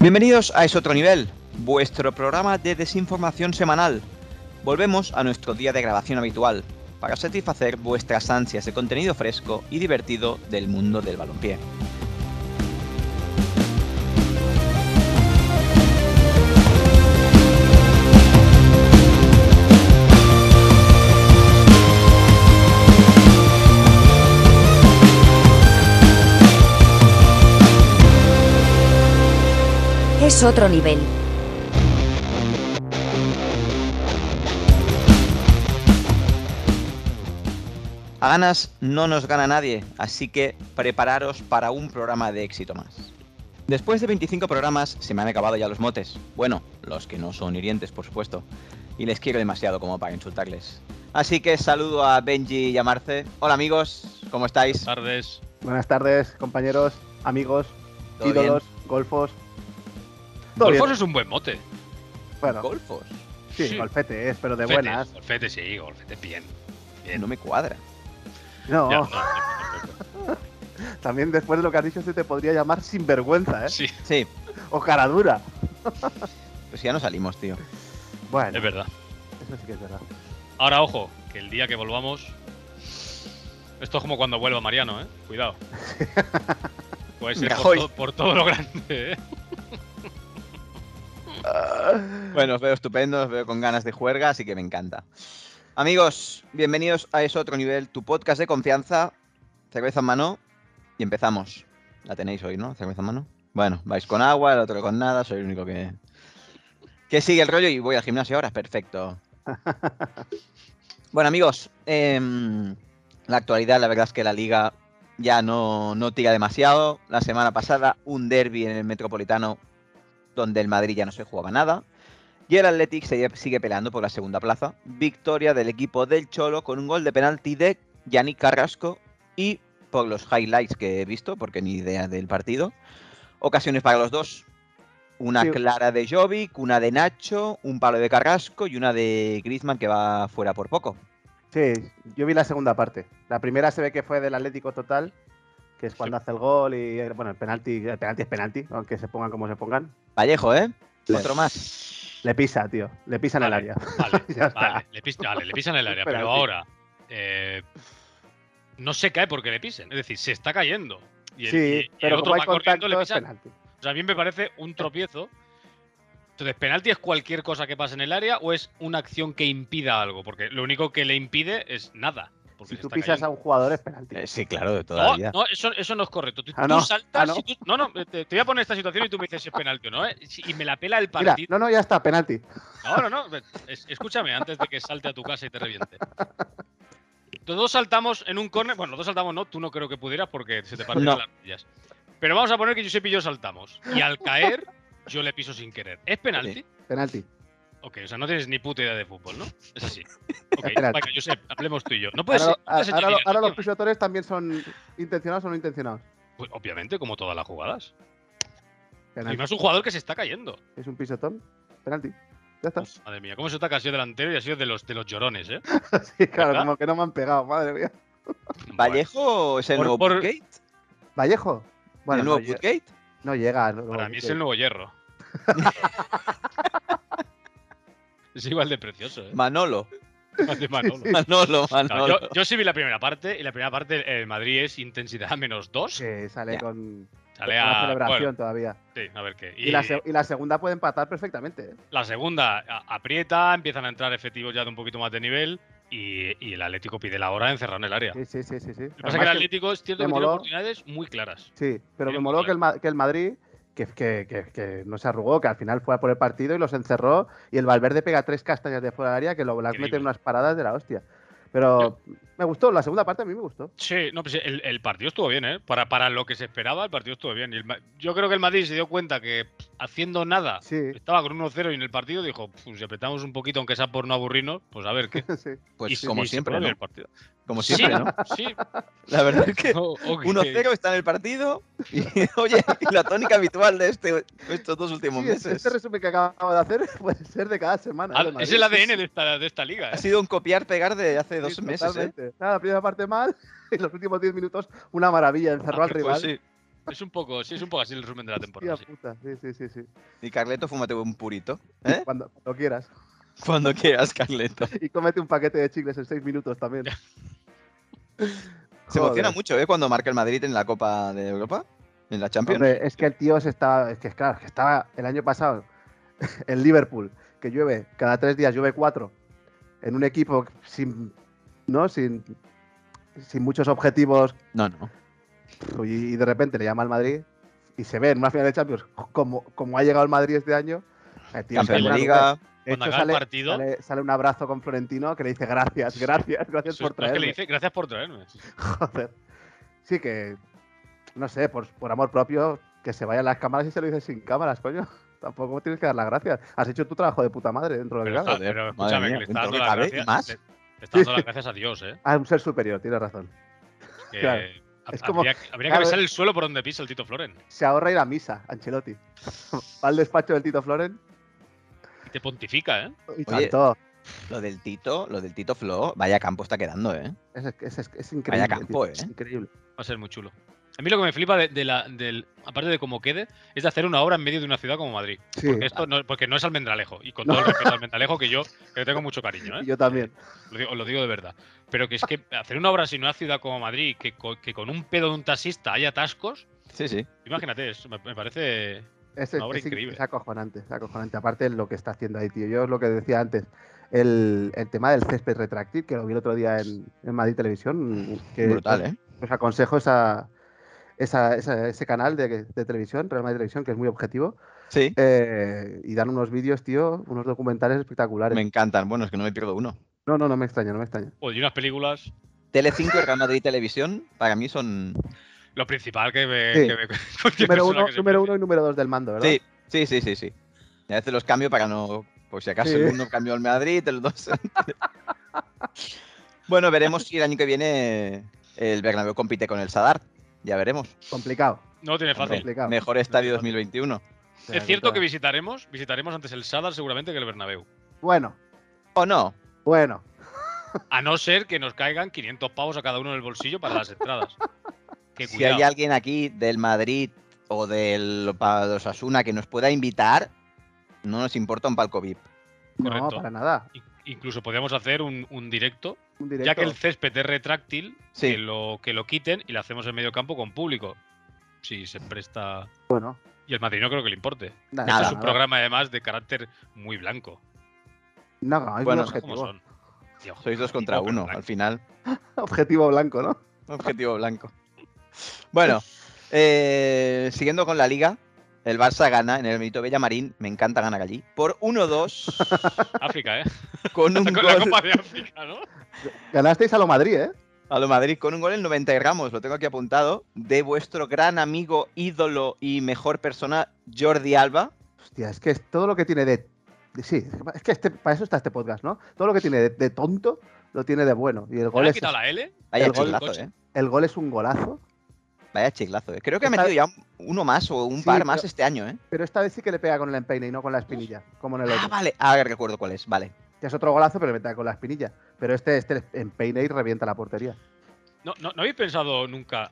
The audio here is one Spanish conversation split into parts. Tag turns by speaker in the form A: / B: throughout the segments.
A: Bienvenidos a Es Otro Nivel, vuestro programa de desinformación semanal. Volvemos a nuestro día de grabación habitual para satisfacer vuestras ansias de contenido fresco y divertido del mundo del balompié.
B: Es otro nivel.
A: A ganas no nos gana nadie, así que prepararos para un programa de éxito más. Después de 25 programas se me han acabado ya los motes. Bueno, los que no son hirientes, por supuesto. Y les quiero demasiado como para insultarles. Así que saludo a Benji y a Marce. Hola amigos, ¿cómo
C: Ah.
A: estáis?
C: tardes.
D: Buenas tardes, compañeros, amigos,
A: ¿Todo bien?
D: ídolos, golfos. Todo
C: Golfos
D: bien.
C: es un buen mote.
D: Bueno,
A: ¿Golfos?
D: sí,
C: sí.
D: golfete es, pero de
C: Golfete,
D: buenas.
C: Golfete, sí, golfete, bien. Bien.
A: eh, No me cuadra.
D: No,
C: Ya, no, no, no,
D: también después de lo que has dicho, se te podría llamar sinvergüenza,
C: no.
D: ¿eh?
C: Sí,
A: Sí,
D: O caradura.
A: pues ya no salimos, tío.
D: Bueno,
C: es verdad.
D: eso sí que es verdad.
C: Ahora, ojo, que el día que volvamos. Esto es como cuando vuelva Mariano, ¿eh? Cuidado. Puede ser por,
A: Rajoy.
C: to- por todo lo grande, ¿eh?
A: Bueno, os veo estupendos, os veo con ganas de juerga, así que me encanta. Amigos, bienvenidos a Es Otro Nivel, tu podcast de confianza, cerveza en mano, y empezamos. La tenéis hoy, ¿no? Cerveza en mano. Bueno, vais con agua, el otro con nada, soy el único que... Que sigue el rollo y voy al gimnasio ahora, perfecto. Bueno, amigos, em, la actualidad, la verdad es que la liga ya no, no tira demasiado. La semana pasada, un derby en el Metropolitano, donde el Madrid ya no se jugaba nada. Y el Athletic se lle- sigue peleando por la segunda plaza. Victoria del equipo del Cholo con un gol de penalti de Yannick Carrasco y por los highlights que he visto, porque ni idea del partido. Ocasiones para los dos. Una
D: Sí.
A: clara de Jovic, una de Nacho, un palo de Carrasco y una de Griezmann que va fuera por poco.
D: Sí, yo vi la segunda parte. La primera se ve que fue del Atlético total, que es cuando hace el gol y, eh, bueno, el penalti, el penalti es penalti, aunque se pongan como se pongan.
A: Vallejo, ¿eh?
D: Le-
A: Otro más.
D: Le pisa, tío, le pisa en el
C: Vale,
D: área.
C: Vale,
D: Ya está.
C: vale, le, pis- vale, le pisan el área, pero
D: Espera, sí.
C: ahora. eh, no se cae porque le pisen. Es decir, se está cayendo. Y el, y- y
D: sí,
C: el
D: pero
C: otro
D: como hay
C: va corriendo,
D: contacto,
C: le Pues
D: es
C: pisan.
D: penalti.
C: O sea, a mí me parece un tropiezo. Entonces, penalti es cualquier cosa que pase en el área o es una acción que impida algo, porque lo único que le impide es nada. porque
D: Si
C: se
D: tú
C: está
D: pisas
C: cayendo.
D: a un jugador es penalti.
A: Eh, sí, claro, de
C: Oh, No,
A: todavía.
C: no, eso, eso no es correcto. Tú,
D: Ah,
C: tú
D: no.
C: saltas
D: Ah, no.
C: y tú- no. no, te, te voy a poner esta situación y tú me dices si es penalti o no, ¿eh? Si- Y me la pela el
D: Mira,
C: partido.
D: no, no, ya está, penalti.
C: no, no, no. es- escúchame antes de que salte a tu casa y te reviente. Los dos saltamos en un córner. Bueno, los dos saltamos no, tú no creo que pudieras porque se te parten
A: No.
C: las rodillas. Pero vamos a poner que Josep y yo saltamos. Y al caer, yo le piso sin querer. ¿Es penalti?
D: Penalti.
C: Ok, o sea, no tienes ni puta idea de fútbol, ¿no? Es así. Ok,
D: Espera.
C: venga, Josep, hablemos tú y yo. No puedes
D: Ahora,
C: ser. Pues no puedes
D: ahora- ahora-
C: ser
D: ahora los
C: tío.
D: pisotores también son intencionados o no intencionados.
C: Pues, obviamente, como todas las jugadas. Y
D: Penalti.
C: más un jugador que se está cayendo.
D: Es un pisotón. Penalti. Ya está.
C: Madre mía, cómo se está casi delantero y ha sido de los, de los llorones, ¿eh?
D: Sí, claro,
C: ¿Verdad?
D: como que no me han pegado, madre mía.
A: ¿Vallejo es el
C: Por-
A: nuevo
C: por-
A: Woodgate?
D: Vallejo. Bueno,
A: ¿El
D: no,
A: nuevo
D: lle-
A: Woodgate?
D: no llega. no-
C: Para
D: no-
C: mí es el nuevo hierro. es igual de precioso, ¿eh?
A: Manolo.
C: De Manolo.
D: sí.
A: Manolo,
C: No,
A: Manolo.
C: yo, yo sí vi la primera parte y la primera parte el Madrid es intensidad menos dos.
D: Sí, sale
A: Ya.
D: con
C: Sale
D: con la
C: a.
D: celebración
C: Bueno,
D: todavía.
C: sí, a ver qué.
D: Y, la se- y la segunda puede empatar perfectamente. ¿eh?
C: La segunda a- aprieta, empiezan a entrar efectivos ya de un poquito más de nivel y, y el Atlético pide la hora de encerrar en el área. Lo
D: Sí, sí, sí, sí. sí.
C: que
D: Además
C: pasa es que el
D: que-
C: Atlético es cierto
D: le
C: que tiene
D: moló.
C: oportunidades muy claras.
D: Sí, pero
C: Tiene
D: me
C: un
D: moló
C: problema.
D: que el, Ma- que el Madrid, que, que- que- que no se arrugó, que al final fue a por el partido y los encerró. Y el Valverde pega tres castañas de fuera del área que lo, las
C: Increíble.
D: mete en unas paradas de la hostia. Pero me gustó, la segunda parte a mí me gustó.
C: Sí, no, pues el, el partido estuvo bien, ¿eh? Para, para lo que se esperaba, el partido estuvo bien. Y el Ma- yo creo que el Madrid se dio cuenta que pff, haciendo nada
D: Sí,
C: estaba con 1-0 y en el partido dijo, "Pff, si apretamos un poquito, aunque sea por no aburrirnos, pues a ver qué.
D: sí.
A: Pues
C: Y se-
A: como
C: y se
A: siempre,
C: puede
A: ¿no?
C: ver el partido.
A: Como
C: Sí,
A: siempre, ¿no?
C: sí.
A: La verdad es que
C: o- o que-
A: 1-0 está en el partido y, oye, y la tónica habitual de este, estos dos últimos
D: Sí,
A: meses.
D: este, este resumen que acabo de hacer puede ser de cada semana.
C: Ah,
D: ¿eh? de
C: es
D: Madrid.
C: el ADN de esta, de esta liga,
A: Ha
C: ¿eh?
A: sido un copiar-pegar de hace dos
D: Sí,
A: meses, ¿eh?
C: Ah,
D: totalmente. Nada, la primera parte mal y los últimos 10 minutos una maravilla, encerró al
A: Pues
D: rival.
A: sí.
C: Es un poco, sí, es un poco así el resumen de la temporada.
D: Hostia
C: sí.
D: puta, sí, sí, sí, sí.
A: Y Carleto, fúmate un purito. ¿eh?
D: Cuando, cuando quieras.
A: Cuando quieras, Carleto.
D: Y cómete un paquete de chicles en seis minutos también.
A: Se
D: Joder.
A: emociona mucho, ¿eh? Cuando marca el Madrid en la Copa de Europa, en la Champions.
D: Hombre, es que el tío se estaba. Es que claro, que estaba el año pasado en Liverpool, que llueve cada tres días, llueve cuatro, en un equipo sin. ¿No? Sin. Sin muchos objetivos
A: No, no.
D: y de repente le llama al Madrid y se ve en una final de Champions como, como ha llegado el Madrid este año. El tío
A: Campeón
D: se
A: de
D: ve una-
A: Liga.
D: De
C: Cuando
D: hecho,
C: acaba el
D: sale,
C: partido-
D: sale- sale un abrazo con Florentino que le dice gracias, gracias, gracias
C: Eso es- no, es que pues, le
D: por traerme.
C: dice, gracias por traerme.
D: Joder. Sí que, no sé, por, por amor propio, que se vayan las cámaras y se lo dices sin cámaras, coño. Tampoco tienes que dar las gracias. Has hecho tu trabajo de puta madre dentro de lo que
C: Pero, está-
D: cabe.
A: joder,
C: pero
A: madre
C: escúchame,
A: mía,
C: que le
A: dentro
C: está dando
A: que
C: las
A: cabe, y
C: gracias.
A: más.
C: Le, le está dando las gracias a Dios, ¿eh?
D: Ah, un ser superior, tienes razón.
C: Que
D: Claro.
C: ha-
D: Es como-
C: habría, que- habría que
D: claro.
C: besar el suelo por donde pisa el Tito Floren.
D: Se ahorra ir a misa, Ancelotti. Va al despacho del Tito Floren
C: Y te pontifica, ¿eh?
D: y
A: Oye.
D: cantó.
A: Lo del Tito, lo del Tito Flo, vaya campo está quedando, ¿eh?
D: Es, es- es- es increíble.
A: campo,
D: tío,
A: eh.
D: Es increíble.
C: Va a ser muy chulo. A mí lo que me flipa de, de la, del, aparte de cómo quede, es de hacer una obra en medio de una ciudad como Madrid.
D: Sí,
C: Porque, esto no, porque no es Almendralejo. Y con todo el respeto a Almendralejo, que yo que le tengo mucho cariño,
D: y
C: ¿eh?
D: yo también.
C: Lo digo, os lo digo de verdad. Pero que es que hacer una obra así en una ciudad como Madrid, que, co- que con un pedo de un taxista hay atascos,
A: Sí, sí.
C: imagínate, eso me, me parece.
D: Es,
C: Una obra
D: es in-
C: increíble.
D: es acojonante, es acojonante. Aparte lo que está haciendo ahí, tío. Yo es lo que decía antes, el, el tema del césped retráctil, que lo vi el otro día en, en Madrid Televisión. Que
A: Brutal, ¿eh?
D: Os aconsejo esa, esa- esa- ese canal de, de televisión, Real Madrid Televisión, que es muy objetivo.
A: Sí,
D: eh, y dan unos vídeos, tío, unos documentales espectaculares.
A: me encantan. Bueno, es que no me pierdo uno.
D: No, no, no me extraña, no me extraña.
C: O de unas películas.
A: Tele5 y Real Madrid Televisión, para mí son.
C: Lo principal que me.
D: Sí.
C: que me- cualquier
D: Número
C: persona
D: uno,
C: que se
D: número
C: precie.
D: uno y número dos del mando, ¿verdad?
A: Sí, sí, sí, sí, sí. Y a veces los cambio para no. Por si acaso
D: Sí.
A: el uno cambió al Madrid, el dos. bueno, veremos si el año que viene el Bernabéu compite con el Sadar. Ya veremos.
D: Complicado.
C: No tiene fácil.
A: Hombre,
D: complicado.
A: Mejor estadio 2021.
C: Es cierto que visitaremos, visitaremos antes el Sadar seguramente que el Bernabéu.
D: Bueno,
A: ¿O no?
D: bueno.
C: A no ser que nos caigan 500 pavos a cada uno en el bolsillo para las entradas. Que
A: Si
C: cuidado.
A: hay alguien aquí del Madrid o del Osasuna que nos pueda invitar, no nos importa un palco VIP.
D: No,
C: Correcto.
D: para nada.
C: In- Incluso podríamos hacer un, un directo,
D: Un
C: ya que el
D: directo.
C: césped es retráctil,
A: Sí.
C: que, lo, que lo quiten y lo hacemos en medio campo con público. Si se presta.
D: Bueno,
C: Y el Madrid no creo que le importe.
A: Nada.
D: nada,
C: Este es un
D: nada.
C: programa además de carácter muy blanco.
D: No, no, es
A: Bueno,
D: un
A: no,
C: ¿Cómo
D: objetivo.
C: son? Tío,
A: Sois dos contra
C: objetivo, pero
A: uno,
C: blanco.
A: al final.
D: Objetivo blanco, ¿no?
A: Objetivo blanco. Bueno, eh, siguiendo con la liga, el Barça gana en el Benito Bellamarín, me encanta ganar allí, por 1-2
C: África, ¿eh?
A: con un
C: Con la
A: gol
C: Copa de África, ¿no?
D: Ganasteis a lo Madrid, ¿eh?
A: a lo Madrid, con un gol en 90 y Ramos, lo tengo aquí apuntado, de vuestro gran amigo, ídolo y mejor persona, Jordi Alba.
D: Hostia, es que es todo lo que tiene de. de- Sí, es que este, para eso está este podcast, ¿no? Todo lo que tiene de, de tonto lo tiene de bueno. Y el
C: ¿Le
D: gol,
C: han
D: es,
C: quitado la L?
A: Vaya
D: El gol
A: chiglazo,
C: coche.
A: eh.
D: el gol es un golazo,
A: Vaya chiglazo, eh. Creo que ha
D: Está-
A: metido ya uno más o un
D: Sí,
A: par más
D: pero-
A: este año, eh.
D: pero esta vez sí que le pega con la empeine y no con la espinilla, como en el
A: Ah,
D: otro.
A: vale. Ah, recuerdo cuál es, vale.
D: Que es otro golazo, pero le mete con la espinilla. Pero este, este empeine y revienta la portería.
C: No, no, ¿no habéis pensado nunca,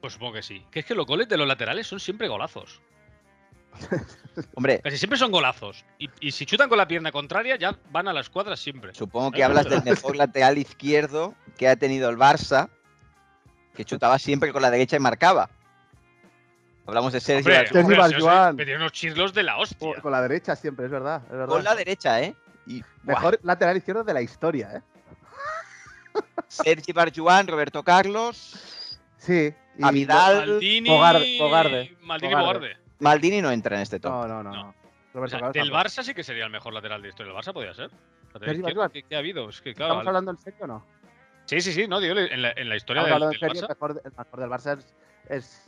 C: pues supongo que sí, que es que los goles de los laterales son siempre golazos.
A: Hombre,
C: Casi siempre son golazos. Y, y si chutan con la pierna contraria, ya van a las cuadras siempre.
A: Supongo que
C: Es
A: hablas del
C: verdad.
A: mejor lateral izquierdo que ha tenido el Barça, que chutaba siempre con la derecha y marcaba. Hablamos de Sergio
C: Hombre,
A: Arturo.
D: Sergi
C: hombre, si os-
D: Barjuan.
C: me dio unos chirlos de la
D: O-
C: hostia.
D: Con la derecha siempre, es verdad. Es verdad.
A: con la derecha, ¿eh? Y,
D: Mejor lateral izquierdo de la historia, ¿eh?
A: buah, Sergi Barjuan, Roberto Carlos,
D: Sí. y-
A: A Vidal,
C: Maldini,
D: Bogarde- Bogarde,
C: Maldini
D: Bogarde.
C: Bogarde.
A: Maldini no entra en este top.
D: No, no, no.
C: No.
D: no.
C: O
D: Roberto
C: sea,
D: Carlos
C: del
D: tampoco.
C: Barça sí que sería el mejor lateral de historia del Barça, podría ser.
D: Sergi
C: ¿Qué,
D: Barjuan.
C: qué- qué ha habido? Es que claro.
D: ¿Estamos hablando en serio o no?
C: Sí, sí, sí, no, digo, en la, en la historia
D: Estamos
C: del,
D: hablando en
C: del
D: serio, el
C: Barça.
D: mejor, el mejor del Barça es,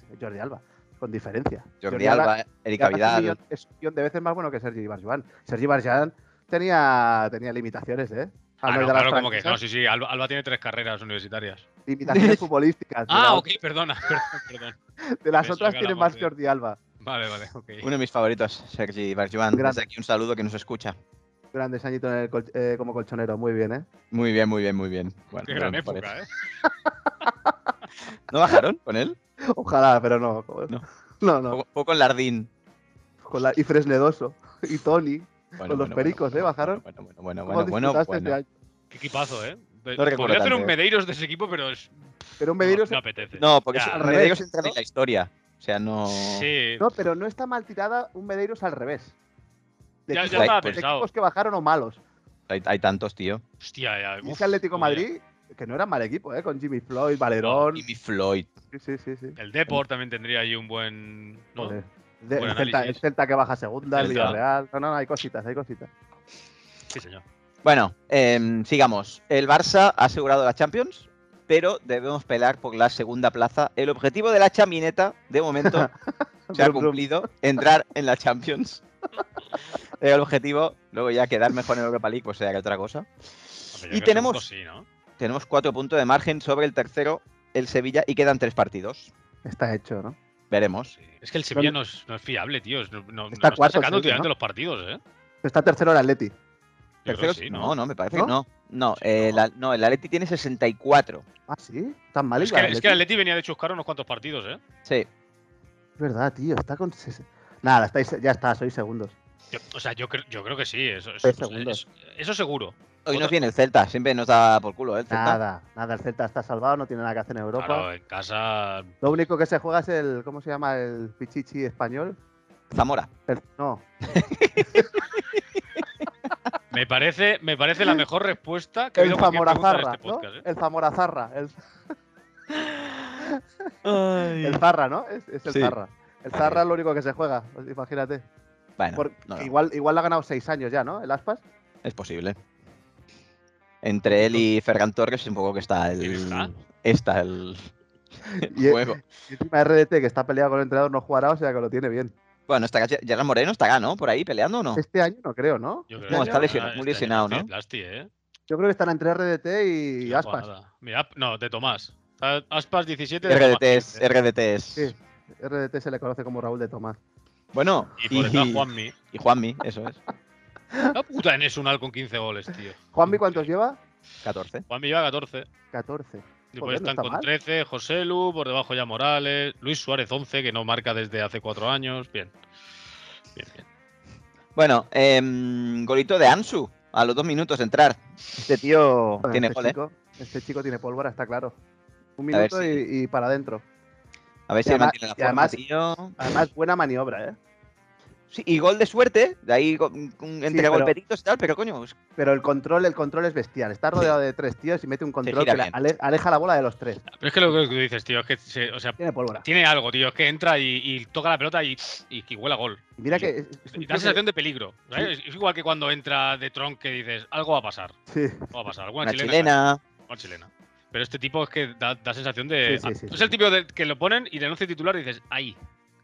D: es Jordi Alba, con diferencia.
A: Jordi Alba, Erika
D: Además, Es un,
A: Vidal.
D: millón, es un millón de veces más bueno que Sergi Barjuan. Sergi Barjuan tenía, tenía limitaciones, ¿eh?
C: Ah,
D: Hablamos
C: no,
D: de las
C: claro, como que.
D: franquisas,
C: No, sí, sí, Alba, Alba tiene tres carreras universitarias.
D: Limitaciones futbolísticas. de
C: Ah,
D: la-
C: ok, perdona, perdón, perdón.
D: De las
C: Me
D: otras
C: saca
D: tiene
C: la
D: más
C: muerte.
D: Jordi Alba.
C: Vale, vale, ok.
A: Uno de mis favoritos, Sergi Barjuan.
D: Grande.
A: Desde aquí un saludo que nos escucha.
D: Grande Sañito en el col- eh, como colchonero, muy bien, ¿eh?
A: Muy bien, muy bien, muy bien. Bueno,
C: Qué
A: de los
C: gran
A: mejores.
C: época, ¿eh?
A: ¿No bajaron con él?
D: Ojalá, pero no.
A: No.
D: No, no.
A: Poco, poco en Lardín.
D: Con la- y Fresnedoso. Y Tony.
A: Bueno,
D: los pericos, ¿eh? Bajaron.
A: Bueno, bueno,
C: Ah,
A: bueno,
D: ¿Cómo
A: bueno, bueno,
D: disfrutaste
A: bueno.
D: este año?
C: Qué equipazo, ¿eh?
A: recuerdo
C: Podría hacer
A: tanto,
C: un
A: eh.
C: Medeiros de ese equipo, pero es,
D: Pero un
C: no,
D: Medeiros.
C: no
D: No,
C: apetece.
A: No, porque
C: Ya,
A: eso-
D: al
A: Medeiros
D: revés,
A: entra
D: ¿no?
A: en la historia. O sea, no.
C: Sí.
D: pero no está mal tirada un Medeiros al revés.
C: Ya- ya
D: equipos-
A: estaba
D: de
C: pensado.
D: equipos que bajaron o malos.
A: Hay, hay tantos, tío.
C: Hostia, ya.
D: Y
C: uf,
D: ese Atlético
C: madre.
D: Madrid, que no era mal equipo, ¿eh? Con Jimmy Floyd, Valerón.
A: Y mi Floyd.
D: Sí, sí, sí. sí.
C: El Deport también tendría ahí un buen. ¿no?
D: Joder. De-
C: Buen
D: el, Celta,
C: análisis.
D: el Celta que baja segunda, el
C: Celta.
D: Villarreal. No, no, no, hay cositas, hay cositas.
C: Sí, señor.
A: Bueno, em, sigamos. El Barça ha asegurado la Champions, pero debemos pelear por la segunda plaza. El objetivo de la chamineta, de momento, se ha
D: Brum, brum.
A: cumplido. Entrar en la Champions. El objetivo, luego ya quedar mejor en Europa League, pues será que otra cosa.
C: Hombre, yo creo
A: Y
C: que el
A: tenemos-
C: segundo sí, ¿no?
A: Tenemos cuatro puntos de margen sobre el tercero, el Sevilla, y quedan tres partidos.
D: Está hecho, ¿no?
A: Veremos.
C: Es que el Sevilla no es, no es fiable, tío. es- No, no-
D: Está
C: no
D: cuarto el
C: sacando
D: Sevilla,
C: últimamente
D: ¿no?
C: los partidos, ¿eh? Yo
D: Está tercero el Atleti.
C: creo
A: Tercero,
C: que sí,
A: ¿no? no, me parece
D: ¿No?
A: que no. No,
C: Sí,
A: eh,
C: no.
A: la- no, el Atleti tiene 64.
D: Ah, sí. Tan mal
C: Es
D: iba
C: que,
D: el
C: es que el
D: Atleti.
C: Atleti venía de chuscar unos cuantos partidos, ¿eh?
A: Sí.
D: Es verdad, tío. Está con. ses- Nada, estáis, ya está, sois segundos.
C: Yo- o sea, yo, creo- yo creo que sí. Eso, eso,
D: Tres
C: o sea,
D: segundos.
C: eso- eso seguro.
A: Hoy
C: Otra-
A: nos viene el Celta, siempre nos da por culo ¿eh? el Celta.
D: Nada, nada. El Celta está salvado, no tiene nada que hacer en Europa.
C: Claro, eh. en casa.
D: Lo único que se juega es el. ¿Cómo se llama? El pichichi español.
A: Zamora.
D: El- no.
C: Me parece, me parece la mejor respuesta que ha
D: el
C: habido a cualquier pregunta de
D: Zamorazarra.
C: este podcast,
D: ¿no?
C: ¿eh?
D: El Zamorozarra. El, el Zarra, ¿no? Es, es el
A: Sí.
D: Zarra. El Zarra es lo único que se juega, pues, imagínate.
A: Bueno,
D: Por-
A: no, no,
D: Igual, igual lo ha ganado seis años ya, ¿no? El Aspas.
A: es posible. Entre él y Ferran Torres, un poco que está el.
C: ¿Quién está?
A: está el. el
D: Y, y
A: juego.
D: encima RDT, que está peleado con el entrenador, no jugará, o sea que lo tiene bien.
A: Bueno, estará Ger- Gerard Moreno, estará, ¿no? Por ahí peleando o no.
D: Este año no creo, ¿no?
C: Yo
D: Este
C: creo
A: No,
C: que
D: año-
A: está lesionado, muy
C: este año
A: lesionado,
C: Lasti-
A: ¿no?
C: Lasti, ¿eh?
D: yo creo que están entre RDT y
C: No ha jugado
D: Aspas.
C: nada. Mira, no, de Tomás. A- Aspas 17 de
A: RDT
C: Tomás,
A: es.
C: ¿eh?
A: RDT es.
D: Sí. RDT se le conoce como Raúl de Tomás.
A: Bueno,
C: Y por detrás Juanmi.
A: y Juanmi, eso es.
C: La puta en Esunal con 15 goles, tío.
D: Juanmi, ¿cuántos lleva?
A: 14.
C: Juanmi lleva 14.
D: 14.
C: Después
D: Joder,
C: están
D: no está
C: con
D: mal.
C: 13, José Lu, por debajo ya Morales, Luis Suárez 11, que no marca desde hace 4 años. Bien. Bien, bien.
A: Bueno, em, golito de Ansu. A los dos minutos de entrar. Este tío
D: Bueno,
A: tiene
D: este
A: gol, ¿eh?
D: chico, este chico tiene pólvora, está claro. Un
A: A ver
D: minuto y, y para adentro.
A: A ver
D: Y
A: si
D: además-
A: mantiene la
D: y
A: forma,
D: además-
A: tío.
D: Además, buena maniobra, ¿eh?
A: Sí, y gol de suerte, de ahí go- un- un- entre
D: pero-
A: golpetitos y tal, pero coño, es-
D: Pero el control, el control es bestial. Está rodeado de tres tíos y mete un control
A: gira
D: que la-
A: bien.
D: ale- aleja la bola de los tres.
C: Pero es que lo que tú dices, tío, es que se- o sea,
D: Tiene pólvora.
C: tiene algo, tío. Es que entra y, y toca la pelota y, y, y huele a gol.
D: Y Mira
C: Sí.
D: que. es- es un
C: Y da
D: tío que-
C: sensación de peligro. ¿sabes? Es igual que cuando entra de tronc que dices, algo va a pasar.
D: Sí.
C: Algo va a pasar. Alguna
A: una
C: chilena.
A: chilena.
C: Una chilena. Pero este tipo es que da, da sensación de.
D: Sí,
C: ah,
D: sí, sí, sí,
C: es
D: sí.
C: el tipo de- que lo ponen y en el once titular y dices, ahí,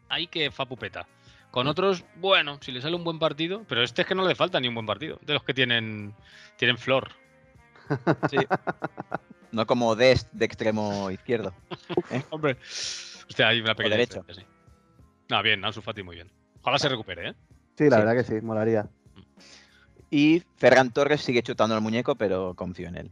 C: ahí que fa pupeta. Con otros, bueno, si le sale un buen partido, pero este es que no le falta ni un buen partido. De los que tienen, tienen flor.
A: Sí. No como Dest de extremo izquierdo.
C: Hombre. Hostia, hay una pequeña
A: derecho.
C: diferencia, sí. No, bien, Ansu Fati muy bien. Ojalá se recupere, ¿eh?
D: Sí, la
A: Sí.
D: verdad que sí, molaría.
A: Y Ferran Torres sigue chutando el muñeco, pero confío en él.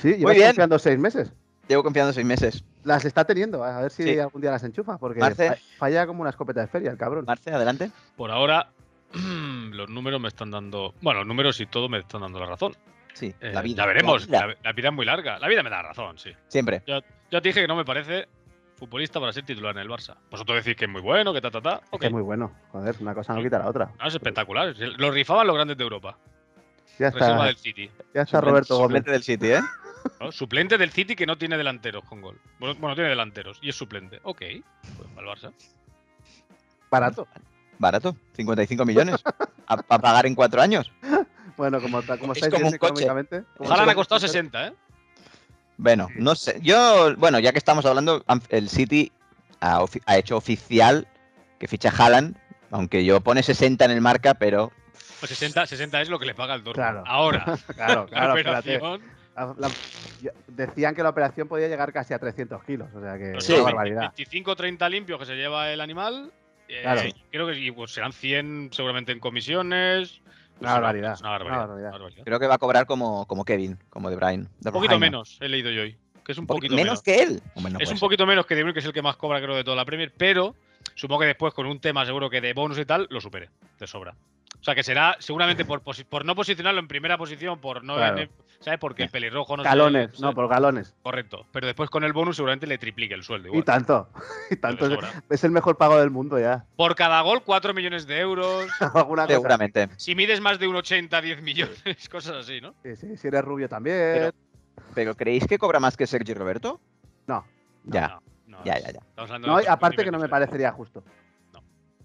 D: Sí, lleva
A: bien.
D: confiando seis meses.
A: Llevo confiando seis meses.
D: Las está teniendo, a ver si
A: Sí.
D: algún día las enchufa, porque
A: Marce.
D: fa- falla como una escopeta de feria, el cabrón.
A: Marce, adelante.
C: Por ahora, los números me están dando. Bueno, los números y todo me están dando la razón.
A: Sí,
C: Eh,
A: la vida.
C: ya veremos.
A: la
C: La,
A: vida,
C: la vida es muy larga. La vida me da la razón, sí.
A: Siempre.
C: Ya te dije que no me parece futbolista para ser titular en el Barça. Vosotros decís que es muy bueno, que ta, ta, ta.
D: Es
C: Ok.
D: que es muy bueno. Joder, una cosa no quita la otra.
C: Ah, es espectacular. Lo rifaban los grandes de Europa.
D: Ya
C: Reserva
D: está,
C: del City.
D: ya está Roberto
A: pues
D: Gómez.
A: Suplente del City, ¿eh?
C: ¿no? Suplente del City que no tiene delanteros con gol. Bueno, bueno, tiene delanteros y es suplente. Ok. Pues para el Barça.
D: Barato.
A: Barato. 55 millones. A, a pagar en cuatro años.
D: Bueno, como, ta- como
A: Es
D: estáis
A: como
D: viendo
A: un coche.
D: económicamente. como
C: Ojalá le ha
D: estáis-
C: costado 60, ¿eh?
A: Bueno,
D: Sí.
A: no sé. Yo, bueno, ya que estamos hablando, han- el City ha, ofi- ha hecho oficial que ficha Haaland, aunque yo pone 60 en el marca, pero
C: Pues 60, 60 es lo que le paga el Dortmund.
D: Claro.
C: Ahora.
D: Claro,
C: La
D: claro, espérate.
C: operación.
D: La- la- yo- decían que la operación podía llegar casi a 300 kilos, o sea que
C: Pero
D: es
A: Sí.
D: una
C: son
D: barbaridad.
C: 25 30 limpios que se lleva el animal. eh,
D: Claro.
C: Creo que y, pues, serán 100 seguramente en comisiones. Pues,
D: Una
C: será-
D: barbaridad,
C: es Una barbaridad.
D: una barbaridad.
C: una barbaridad.
A: creo que va a cobrar como, como Kevin, como De Bruyne. De
C: Un poquito
A: Bruyne.
C: menos he leído yo hoy. que es un
A: Por-
C: poquito
A: menos
C: menos.
A: que pues. él. Hombre, no
C: es
A: puede
C: un
A: ser.
C: poquito menos que De Bruyne, que es el que más cobra, creo, de toda la Premier, pero supongo que después con un tema seguro que de bonus y tal, lo supere, de sobra. O sea que será seguramente por, posi- por no posicionarlo en primera posición, por no.
D: Claro.
C: ¿Sabes? Porque el pelirrojo no se-
D: Galones,
C: se-
D: no, por galones.
C: Correcto. Pero después con el bonus seguramente le triplique el sueldo.
D: Y
C: Igual,
D: tanto. Y
C: de
D: tanto. Es,
C: sobra.
D: el mejor pago del mundo ya.
C: Por cada gol, 4 millones de euros.
D: Alguna cosa.
A: Seguramente.
C: Si mides más de un 80, 10 millones, cosas así, ¿no?
D: Sí, sí, si eres rubio también.
A: Pero- ¿Pero creéis que cobra más que Sergio Roberto?
D: No.
A: ya,
C: No, no,
A: ya,
C: es-
A: ya, ya.
C: estamos hablando de ¿eh?
D: No, y
A: pues
C: otro
D: aparte
C: nivel
D: que no me
C: diferente.
D: parecería justo.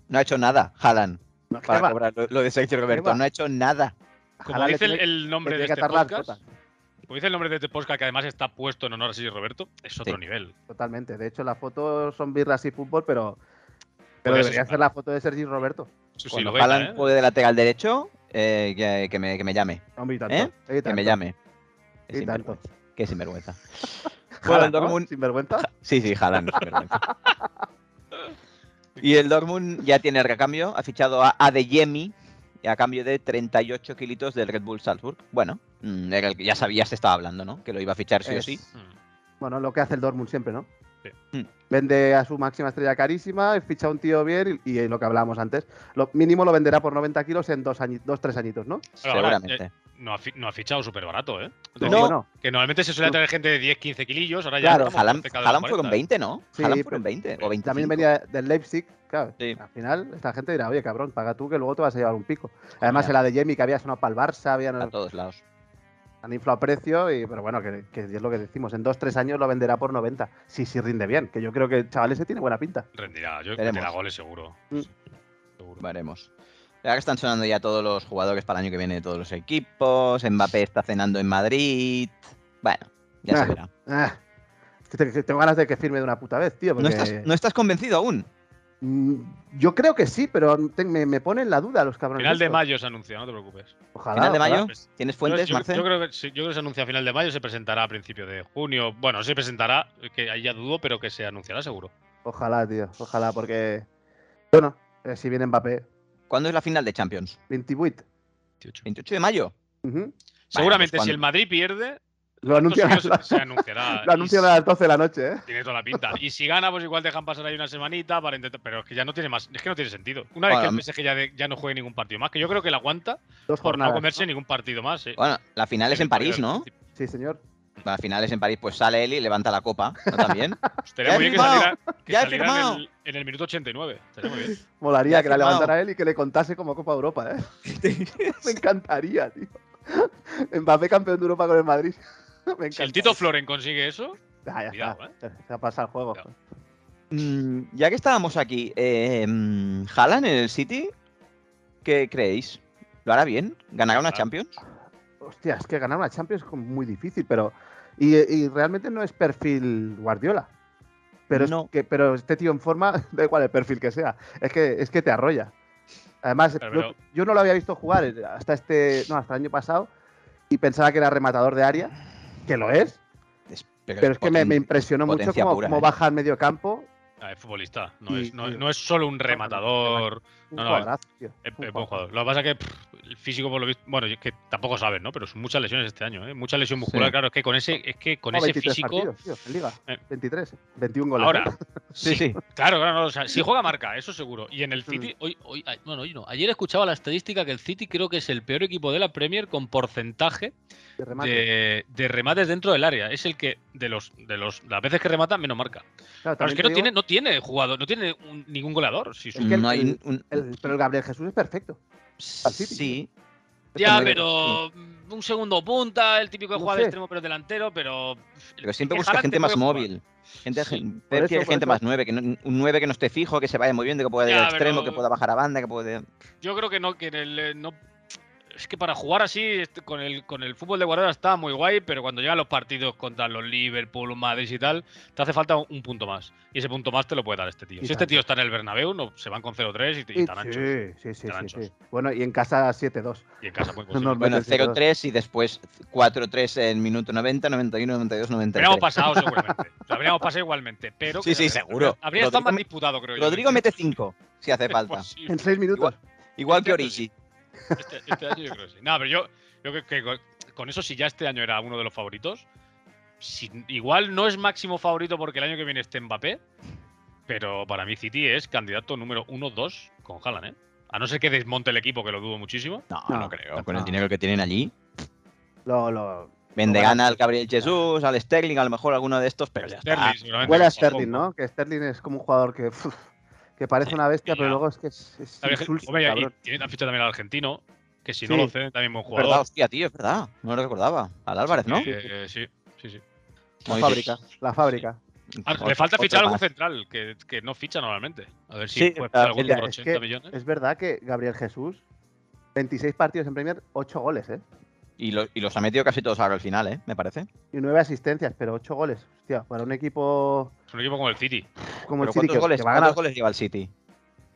A: No ha hecho nada, Haaland,
D: No, ¿qué
A: para
D: va?
A: cobrar lo, lo de Sergio Roberto.
D: va?
A: No ha hecho nada.
C: Como
D: Ojalá le
C: dice el,
D: tiene-
C: el nombre
D: le
C: de
D: tiene que
C: este
D: atar las
C: podcast, como dice el nombre de este podcast, que además está puesto en honor a Sergio Roberto, es otro
A: Sí.
C: nivel.
D: Totalmente. De hecho, las fotos son birras y fútbol, pero, pero
C: Podría ser
D: debería
C: Haaland.
D: ser la foto de Sergi Roberto.
C: Sí, sí,
A: Cuando
C: lo veta,
A: Haaland
C: ¿eh?
A: juegue de lateral derecho, eh, que, que me, que me llame.
D: Hombre, y tanto.
A: ¿Eh?
D: Y
A: Que
D: tanto.
A: me llame.
D: Y
A: Que sinvergüenza. Que sinvergüenza.
D: Fuera,
A: Haaland,
D: ¿no?
A: Dortmund- Ah,
D: Sin vergüenza.
A: Sí, sí, Haaland. sin vergüenza. y el Dortmund ya tiene recambio. Ha fichado a Adeyemi a cambio de 38 kilitos del Red Bull Salzburg. Bueno, mm, era el que ya sabía, se estaba hablando, ¿no? Que lo iba a fichar sí o
D: Es-
A: sí.
C: Mm.
D: Bueno, lo que hace el Dortmund siempre, ¿no?
C: Sí.
A: Mm.
D: Vende a su máxima estrella carísima, ficha a un tío bien y, y lo que hablábamos antes. Lo mínimo lo venderá por 90 kilos en dos, añi- dos tres añitos, ¿no?
C: Ahora, ahora,
A: seguramente.
C: eh, no, ha fi- no ha fichado súper barato, ¿eh?
A: No.
D: Pero bueno,
C: Que normalmente se suele traer gente de 10, 15 kilillos, ahora ya
A: Claro,
C: estamos
A: Haaland,
C: cerca de los
A: Haaland fueron
C: 40.
A: 20, ¿no?
D: Sí,
A: Haaland
D: pero-
A: fueron 20 o 20.
D: también venía del Leipzig, claro.
A: Sí.
D: Al final, esta gente dirá, oye, cabrón, paga tú que luego te vas a llevar un pico. Además,
A: ya.
D: la de Jimmy, que había sonado para el Barça, habían,
A: a todos lados.
D: han inflado precio, y, pero bueno, que, que es lo que decimos. En dos tres años lo venderá por 90, si sí, rinde bien, que yo creo que el chaval ese tiene buena pinta.
C: Rendirá, yo
A: Veremos.
C: meterá goles seguro.
D: Mm.
C: Seguro.
A: Veremos. Ya que están sonando ya todos los jugadores para el año que viene de todos los equipos. Mbappé está cenando en Madrid. Bueno, ya se
D: Ah,
A: verá.
D: Ah, es que te- que tengo ganas de que firme de una puta vez, tío.
A: ¿No
D: Porque...
A: estás, no estás convencido aún?
D: Mm, Yo creo que sí, pero te- me, me ponen la duda los cabrones.
C: Final de
D: estos.
C: mayo se anuncia, no te preocupes.
D: Ojalá.
A: ¿Final de
D: ojalá.
A: mayo?
C: Pues,
A: ¿Tienes fuentes,
C: yo,
A: Marce?
C: yo creo que, sí, yo creo que se anuncia a final de mayo, se presentará a principio de junio. Bueno, se presentará, que ahí ya dudo, pero que se anunciará seguro.
D: Ojalá, tío. Ojalá, porque. Bueno, eh, si viene Mbappé,
A: ¿Cuándo es la final de Champions?
D: 28.
C: 28.
A: 28 de mayo.
D: Ujú.
C: Seguramente
A: pues
C: si
A: cuando-
C: el Madrid pierde,
D: Lo anuncian,
C: esto sí que
D: a,
C: se, se anunciará.
D: lo anuncian
C: Y
D: a
C: si-
D: las 12 de la noche, ¿eh?
C: Tiene toda la pinta. Y si gana, pues igual dejan pasar ahí una semanita para intentar. Pero es que ya no tiene más. Es que no tiene sentido. Una vez
A: Bueno,
C: que el PSG ya, de- ya no juegue ningún partido más, que yo creo que la aguanta
D: Dos
C: por
D: jornadas.
C: no comerse
D: ¿no?
C: ningún partido más. eh.
A: Bueno, la final es en París, ¿no?
D: Sí, señor.
A: La final es en París, pues sale él y levanta la copa, ¿no? También.
C: Pues Estaría
A: Ya
C: muy bien
A: he
C: que
A: firmado,
C: saliera, que
A: ya he
C: saliera
A: firmado.
C: en, el, en el minuto 89. Estaría muy bien.
A: Ya
D: Molaría
A: ha
D: que la
A: firmado.
D: levantara él y que le contase como Copa Europa, ¿eh? Me encantaría, tío. Mbappé campeón de Europa con el Madrid.
C: Si
D: Me encanta.
C: el Tito Floren consigue eso,
D: Ah, ya
C: Cuidado, eh.
D: está. Se ha pasado el juego.
C: Cuidado.
A: Mm, ya que estábamos aquí, eh, mm, ¿Haaland en el City? ¿Qué creéis? ¿Lo hará bien? ¿Ganará una
C: Ah.
A: Champions?
D: Hostia, es que ganar una Champions es como muy difícil, pero. Y, y realmente no es perfil Guardiola. Pero, es
A: No.
D: que, pero este tío en forma, da igual el perfil que sea, es que, es que te arrolla. Además,
C: Pero,
D: yo-
C: pero-
D: Yo, no lo había visto jugar hasta este. No, hasta el año pasado. Y pensaba que era rematador de área, que lo es,
A: Es-
D: pero es que me,
A: poten-
D: me impresionó mucho
A: potencia
D: cómo,
A: pura,
D: cómo
A: ¿eh?
D: baja al medio campo.
C: ah, es futbolista. No,
D: Sí,
C: es, no,
D: sí.
C: no es solo un rematador.
D: Un
C: No, no,
D: jugadorazo, tío.
C: Es,
D: Un
C: es buen
D: jugadorazo.
C: jugador. Lo que pasa es que pff, el físico, por lo visto. Bueno, es que tampoco sabes, ¿no? Pero son muchas lesiones este año, ¿eh? Mucha lesión muscular,
A: Sí.
C: claro. Es que con ese, es que con
D: Jugó
C: ese
D: 23
C: físico.
D: partidos, tío, en Liga.
C: Eh.
D: 23, 21 goles. ¿eh?
C: Ahora,
A: Sí,
C: sí,
A: sí. Mm.
C: Claro, claro, no, o sea, si juega marca, eso seguro. Y en el City, hoy, hoy, a- bueno, hoy no. Ayer escuchaba la estadística que el City creo que es el peor equipo de la Premier con porcentaje
D: de remate.
C: de, de remates dentro del área. Es el que de los de los las veces que remata menos marca.
D: Claro,
C: Pero es
D: también
C: que
D: te
C: no
D: digo-
C: tiene no tiene jugador, no tiene un- ningún goleador. Si su-
D: Es que el-
A: no hay
D: el-
A: un-
D: El- pero el Gabriel Jesús es perfecto. City.
A: Sí,
C: ya,
A: no hay-
C: pero mm, un segundo punta, el típico que
D: No
C: juega de
D: sé.
C: extremo pero delantero, pero
A: pero siempre
C: es que
A: busca
C: Haaland
A: gente
C: te
A: más
C: puede jugar.
A: móvil. Gente,
C: Sí.
A: gen-
D: Por eso-
A: quiere
D: por
A: gente
D: eso-
A: más nueve, que no- un nueve que no esté fijo, que se vaya moviendo, que pueda ir
C: Ya,
A: al extremo,
C: pero-
A: que pueda bajar a banda, que puede.
C: Yo creo que no, que en el, eh, no. Es que para jugar así, este, con el, con el fútbol de Guardiola está muy guay, pero cuando llegan los partidos contra los Liverpool, un Madrid y tal, te hace falta un, un punto más. Y ese punto más te lo puede dar este tío.
D: Y
C: Si este
D: tanto.
C: tío está en el Bernabéu, no, se van con 0-3 y, te- y
D: Sí,
C: tan anchos.
D: sí, sí, sí,
C: tan
D: sí,
C: anchos.
D: sí. Bueno, y en casa 7-2.
C: Y en casa pues, pueden
D: No,
C: conseguir.
D: no,
A: Bueno,
D: Mete el
A: 0-3 y después 4-3 en minuto 90, 91, 92,
C: Habríamos
A: 93.
C: pasado seguramente. Lo habríamos pasado igualmente, pero.
A: Sí,
C: que-
A: sí, seguro.
C: Habría estado más
A: Rodrigo-
C: disputado, creo yo.
A: Rodrigo mete 5, si hace
C: Es
A: falta.
C: posible.
D: En 6 minutos.
A: Igual- Igual que
C: Entiendo,
A: Origi.
C: Este, este año yo creo que sí. No, pero yo, yo creo que con- con eso, si ya este año era uno de los favoritos, sin- igual no es máximo favorito porque el año que viene esté Mbappé, pero para mí City es candidato número 1-2 con Haaland, ¿eh? A no ser que desmonte el equipo, que lo dudo muchísimo.
A: No, no,
D: No,
A: creo. Con el
D: no.
A: dinero que tienen allí.
D: Lo, lo...
A: Vendegan
D: Bueno,
A: al Gabriel Jesús, al Sterling, a lo mejor alguno de estos, pero ya está.
C: Sterling, seguramente.
D: Huele a
C: Ojo,
D: Sterling, ¿no? Que Sterling es como un jugador que, puf, que parece una bestia,
C: Ya.
D: pero luego es que es, es
C: Está bien,
D: insulso,
C: hombre, y
D: cabrón.
C: tiene- han fichado también al argentino, que si no
D: Sí.
C: lo ceden también buen
A: Es verdad,
C: jugador.
A: hostia, tío, es verdad. No lo recordaba. Al Álvarez, ¿no?
C: Eh, eh, sí, sí, sí.
A: Como
D: La
A: dices,
D: fábrica, la fábrica.
C: Ah,
A: otro-
C: Le falta
A: otro
C: fichar algún
A: más.
C: central, que, que no ficha normalmente. A ver si
A: Sí,
C: puede
A: la-
C: fichar alguno
A: la-
C: por
D: es
C: 80
D: que-
C: millones.
D: Es verdad que Gabriel Jesús, 26 partidos en Premier, 8 goles, ¿eh?
A: Y, lo- y los ha metido casi todos ahora al final, ¿eh? Me parece.
D: Y 9 asistencias, pero 8 goles. Hostia, para un equipo
C: Es un equipo como el City.
D: como
A: Pero
D: el City
A: ¿Cuántos
D: que,
A: goles,
D: que va a
A: cuántos
D: ganar.
A: goles lleva el City?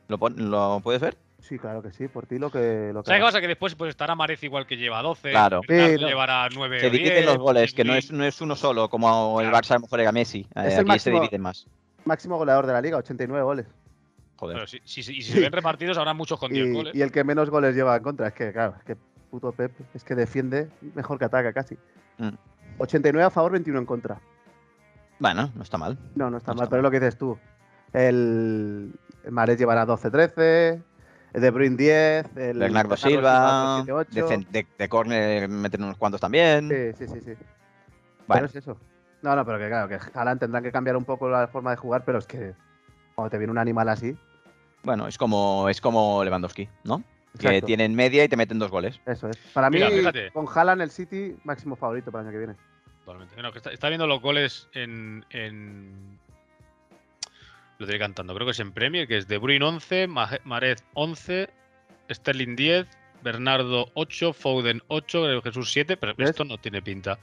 A: ¿Lo, pon- lo puedes ver?
D: Sí, claro que sí, por ti lo que. Lo
C: ¿Sabes
D: que
C: qué
D: hagas.
C: pasa? Que después pues, estará Marez igual que lleva 12.
A: Claro.
C: Bernardo
D: Sí, no.
C: llevará 9
A: Se
C: o 10.
A: dividen los goles, que no es,
C: Godín.
A: no es uno solo, como el
C: Claro.
A: Barça a lo mejor era Messi. Eh,
D: Es el
A: aquí se
D: máximo-
A: dividen más.
D: Máximo goleador de la liga, 89 goles.
A: Joder.
C: Pero si, si- si- y si se ven repartidos, habrá muchos con 10 goles.
D: Y, y el que menos goles lleva en contra, es que, claro, es que puto Pep, es que defiende mejor que ataca casi.
A: Mm.
D: 89 a favor, 21 en contra.
A: Bueno, no está mal.
D: No, no está
A: No
D: mal,
A: está
D: pero es lo que dices tú. El, el Mares llevará 12-13, el De Bruyne 10, el
A: Bernardo Silva,
D: Bernardo
A: de,
D: 7-8.
A: cen- de, de córner meten unos cuantos también.
D: Sí, sí, sí. sí. Pero
A: Bueno,
D: es eso. No, no, pero que claro, que Haaland tendrán que cambiar un poco la forma de jugar, pero es que cuando te viene un animal así.
A: bueno, es como es como Lewandowski, ¿no? Que
D: exacto,
A: tienen media y te meten dos goles.
D: Eso es. Para mí,
C: Mira, fíjate.
D: con Haaland el City, máximo favorito para el año que viene.
C: Totalmente. Bueno, que está, está viendo los goles en. en- Lo diré cantando. Creo que es en Premier, que es De Bruyne 11, Maje- Marez 11, Sterling 10, Bernardo 8, Foden 8, Jesús 7. Pero
D: ¿Ves?
C: esto no tiene pinta.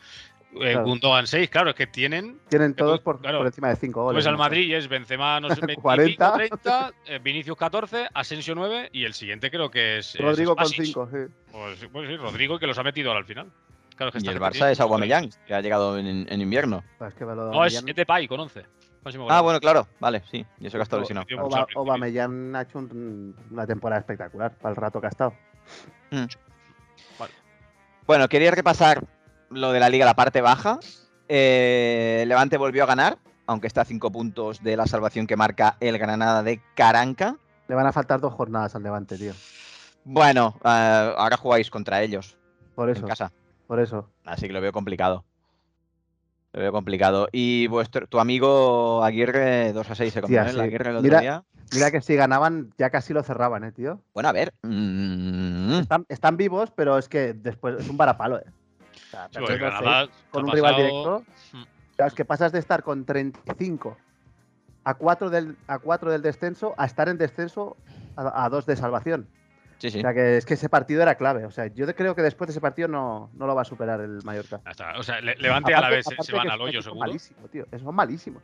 C: Eh,
D: Claro.
C: Gundogan 6, claro, es que tienen.
D: Tienen
C: Pero,
D: todos por,
C: claro,
D: por encima de 5
C: Tú
D: goles.
C: ves Pues al
D: ¿no?
C: Madrid y es Benzema no sé, 25,
D: 40.
C: 30, eh, Vinicius 14, Asensio 9 y el siguiente creo que eh, es. es
D: Rodrigo con
C: Kovacic.
D: 5, sí.
C: Pues, pues sí, Rodrigo que los ha metido ahora al final. Claro, que
A: Y
C: Pues esta
A: el
C: gente
A: Barça
C: tiene
A: es
C: mucho
A: Aubameyang, que ha llegado en, en invierno.
D: Pues que lo de
C: talento. No, es,
D: Aubameyang-
C: es Depay con 11. Máximo
A: Ah,
C: goleador.
A: bueno, claro, vale, sí. Y eso que ha estado
D: O-
A: lesionado.
C: tío,
A: claro.
C: mucho.
D: Oba-
C: al principio.
D: Aubameyang ha hecho un- una temporada espectacular para el rato que ha estado.
A: Bueno, quería repasar lo de la liga, la parte baja. Eh, Levante volvió a ganar, aunque está a cinco puntos de la salvación que marca el Granada de Caranca.
D: Le van a faltar dos jornadas al Levante, tío.
A: Bueno, eh, ahora jugáis contra ellos
D: Por eso,
A: en casa,
D: por eso.
A: así que lo veo complicado. Lo veo complicado. Y vuestro, tu amigo Aguirre, 2 a 6 se comió
D: Tía,
A: ¿eh? la
D: sí.
A: Aguirre el otro
D: Mira-
A: día.
D: Mira que si ganaban, ya casi lo cerraban, eh, tío.
A: Bueno, a ver. mm,
D: Están, están vivos, pero es que después es un varapalo, eh. O sea,
C: Sí, porque
D: perder dos
C: Granada
D: seis ¿eh? con
C: ha
D: un rival
C: pasado-
D: directo.
C: Mm.
D: Claro, es que pasas de estar con 35 a 4 del, a cuatro del descenso a estar en descenso a, a dos de salvación.
A: sí, sí.
D: O sea que es que ese partido era clave. O sea, yo creo que después de ese partido no, no lo va a superar el Mallorca.
C: Ya está. O sea, le- Levante a la
D: Aparte-
C: vez se-
D: aparte
C: eh, se
D: que
C: van
D: es
C: al
D: un
C: hoyo,
D: equipo
C: seguro.
D: Malísimo, tío. Son malísimos.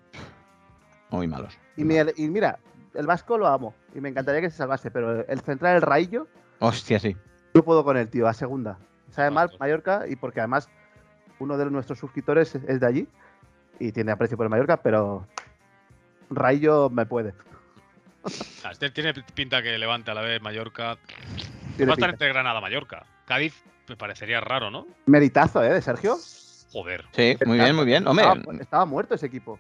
A: Muy malos.
C: Mm.
D: Y, mi- y mira, el Vasco lo amo. Y me encantaría que se salvase. Pero el central, el Raillo,
A: Hostia, sí.
D: no puedo con él, tío. A segunda. Sabe
A: Ah,
D: mal
A: pues.
C: Exacto.
D: Mallorca. Y porque además uno de nuestros suscriptores es de allí. Y tiene aprecio por el Mallorca. Pero Raillo me puede.
C: Ah, Este tiene pinta que Levante a la vez Mallorca. Va
D: Tiene
C: a estar
D: pinta.
C: entre Granada Mallorca. Cádiz me parecería raro, ¿no?
D: Meritazo, ¿eh? De Sergio.
C: Joder.
A: Sí, muy bien, muy bien. Hombre,
D: Estaba, mu- estaba muerto ese equipo.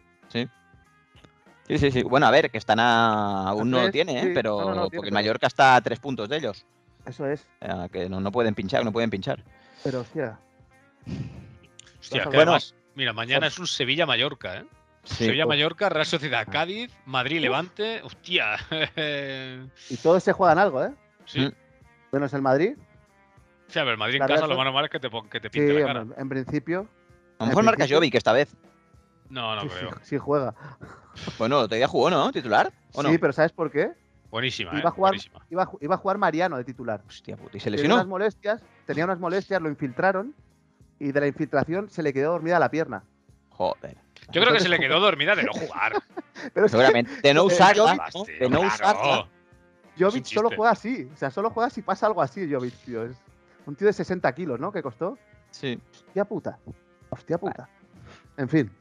A: Sí, sí, sí. Bueno, a ver, que están a. Aún no lo
D: tres,
A: tiene, ¿eh?
D: sí. No,
A: pero.
D: no, no lo tiene,
A: porque el
D: pero-
A: Mallorca está a tres puntos de ellos.
D: Eso es.
A: O sea, que no, no pueden pinchar, no pueden pinchar.
D: Pero hostia.
C: Hostia, que
A: Bueno.
C: además, mira, mañana es un Sevilla Mallorca, ¿eh?
A: Sí. pues. Ah.
C: Sevilla
D: uf.
C: Mallorca, Real Sociedad Cádiz, Madrid Levante. Hostia.
D: Y todos se juegan algo, ¿eh?
C: sí.
A: Mm.
D: Menos el Madrid.
C: O sea, pero el Madrid en
D: La Real
C: casa lo
D: Soc-
C: más normal es que te, pon- que te
D: Sí,
C: pinte la cara.
D: en, en principio.
A: A lo mejor
D: En
A: marca
D: principio-
A: Jovic esta vez.
C: No, no
D: sí,
C: creo.
D: sí- sí juega.
A: Bueno, el otro día jugó, ¿no? ¿Titular? ¿O no?
D: Sí, pero ¿sabes por qué?
C: Buenísima,
D: Iba
C: ¿eh?
D: a jugar-
C: Buenísima.
D: Iba a, ju- iba a jugar Mariano de titular.
A: Hostia puta. ¿Y se
D: Tenía unas
A: lesionó?
D: molestias, tenía unas molestias, lo infiltraron y de la infiltración se le quedó dormida la pierna.
A: Joder.
C: Yo creo que
D: Entonces
C: se le
D: jugó-
C: quedó dormida de no jugar.
D: Pero es que
A: Seguramente. De no
D: Eh,
A: usarla.
D: Jovic-
A: ¿no?
C: Basti,
A: De no
C: claro.
A: usarla.
D: Jovic
C: es un
D: solo
C: chiste.
D: juega así. O sea, solo juega si pasa algo así, Jovic, tío. Es un tío de 60 kilos, ¿no? Que costó.
A: Sí.
D: Hostia puta. Hostia puta. En fin.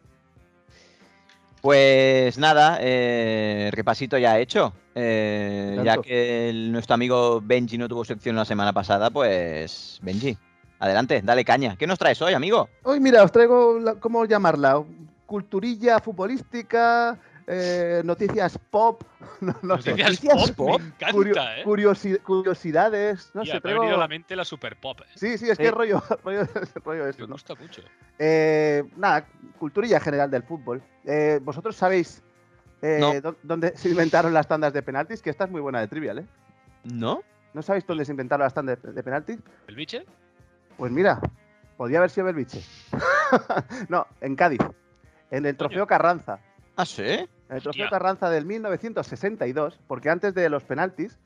A: Pues nada, eh, repasito ya hecho. Eh, ya
D: Tanto.
A: que el- nuestro amigo Benji no tuvo sección la semana pasada, pues Benji, Adelante, dale caña. ¿Qué nos traes hoy, amigo?
D: Hoy, mira, os traigo, la- ¿cómo llamarla? Culturilla futbolística, eh, noticias pop, no, no sé.
C: Noticias
A: Noticias
C: pop,
A: pop.
C: me
D: Curio-
C: encanta, ¿eh?
D: curiosi- curiosidades, no
C: Tía,
D: sé,
C: me ha
D: traigo-
C: venido a la mente la super pop. ¿eh?
D: Sí, sí, es
A: Sí.
D: que es rollo, rollo, rollo
C: Me
D: eso, ¿no?
C: gusta mucho.
D: Eh, nada, culturilla general del fútbol. Eh, ¿Vosotros sabéis eh,
A: No.
D: dó- dónde se inventaron las tandas de penaltis? Que esta es muy buena de trivial, ¿eh?
A: ¿No?
D: ¿No sabéis dónde se inventaron las tandas de, de penaltis?
C: ¿El biche?
D: Pues mira, podría haber sido Belviche. no, en Cádiz, en el Trofeo Carranza.
A: ¿Ah, sí?
D: En el trofeo
C: Hostia.
D: Carranza del 1962, porque antes de los penaltis,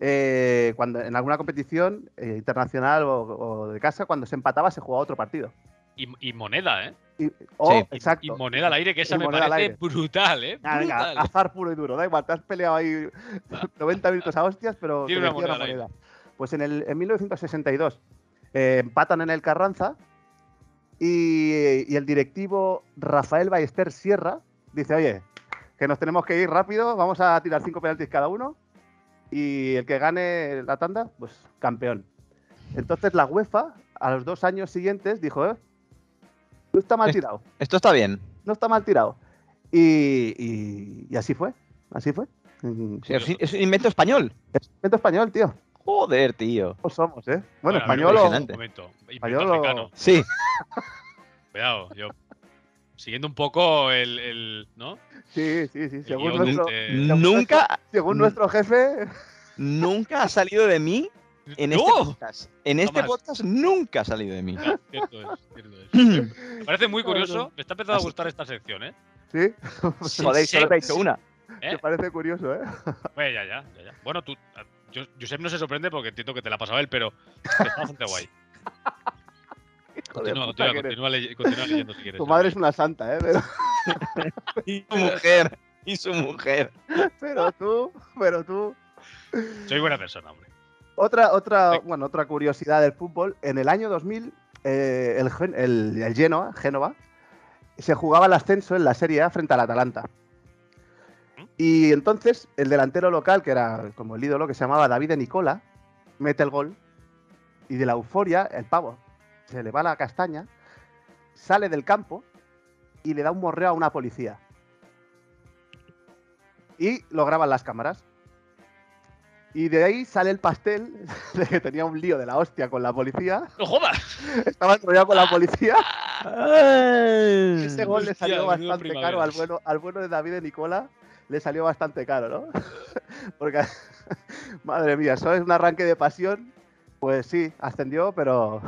D: eh, cuando en alguna competición eh, internacional o, o de casa, cuando se empataba se jugaba otro partido.
C: Y, y moneda, ¿eh?
D: Y, o,
A: Sí.
C: Y-
D: exacto.
C: Y, moneda al aire, que esa
D: Y
C: me
D: moneda al
C: parece
D: aire.
C: brutal, ¿eh?
D: Ah, venga,
C: Brutal.
D: azar puro y duro, da igual, te has peleado ahí 90 minutos a hostias, pero
C: Tiene
D: te
C: una
D: merecía
C: moneda al aire.
D: Pues en, el, en 1962 eh, empatan en el Carranza y, y el directivo Rafael Ballester Sierra dice, oye, que nos tenemos que ir rápido, vamos a tirar cinco penaltis cada uno y el que gane la tanda, pues campeón. Entonces la UEFA a los dos años siguientes dijo, eh, no está mal
A: Es-
D: tirado
A: Esto está bien.
D: no está mal tirado. Y, y- y así fue, así fue. Mm,
A: Sí, Es, es un invento español.
D: Es invento español, tío.
A: Joder, tío.
D: No somos, ¿eh? Bueno,
C: a ver,
D: español
A: no
D: o-
A: dije
C: Un
A: impresionante.
C: momento. Invento
D: Español o-
C: africano.
A: Sí,
C: Cuidado, yo. Siguiendo un poco el. el ¿No?
D: Sí, sí, sí.
C: El
D: Según,
C: guión
D: nuestro,
C: de-
A: nunca,
D: según
A: Mm.
D: nuestro jefe,
A: nunca ha salido de mí en
C: ¡No!
A: este podcast. En este
C: Jamás.
A: podcast nunca ha salido de mí.
C: Ya, cierto es, cierto es. Me parece muy curioso. Me está empezando a
A: Así-
C: gustar esta sección, ¿eh?
D: sí,
A: Joder,
C: sí,
A: solo te he hecho una.
D: me parece curioso, ¿eh?
C: Bueno, ya, ya, ya, ya. Bueno, tú. a- Yo, Josep no se sorprende porque entiendo que te la ha pasado él, pero está bastante guay.
D: Joder,
C: Continúa,
D: puta
C: continúa,
D: que eres.
C: continúa, le- continúa leyendo si quieres.
D: Tu madre es una santa, ¿eh? Pero,
A: Y su mujer. Y su mujer.
D: pero tú, pero tú.
C: Soy buena persona, hombre.
D: Otra, otra,
C: Sí.
D: bueno, otra curiosidad del fútbol. En el año 2000, eh, el, Gen- el, el Genoa, Génova, se jugaba el ascenso en la Serie A frente al Atalanta. Y entonces el delantero local, que era como el ídolo, que se llamaba David de Nicola, mete el gol. Y de la euforia, el pavo se le va la castaña, sale del campo y le da un morreo a una policía. Y lo graban las cámaras. Y de ahí sale el pastel de que tenía un lío de la hostia con la policía.
C: ¡No jodas!
D: Estaba enrollado con la policía.
A: Ay.
D: Ese gol le
C: Hostia,
D: salió
C: menudo
D: bastante
C: primavera.
D: caro al bueno, al bueno de David y Nicola. Le salió bastante caro, ¿no? Porque, madre mía, eso es un arranque de pasión. Pues sí, ascendió, pero.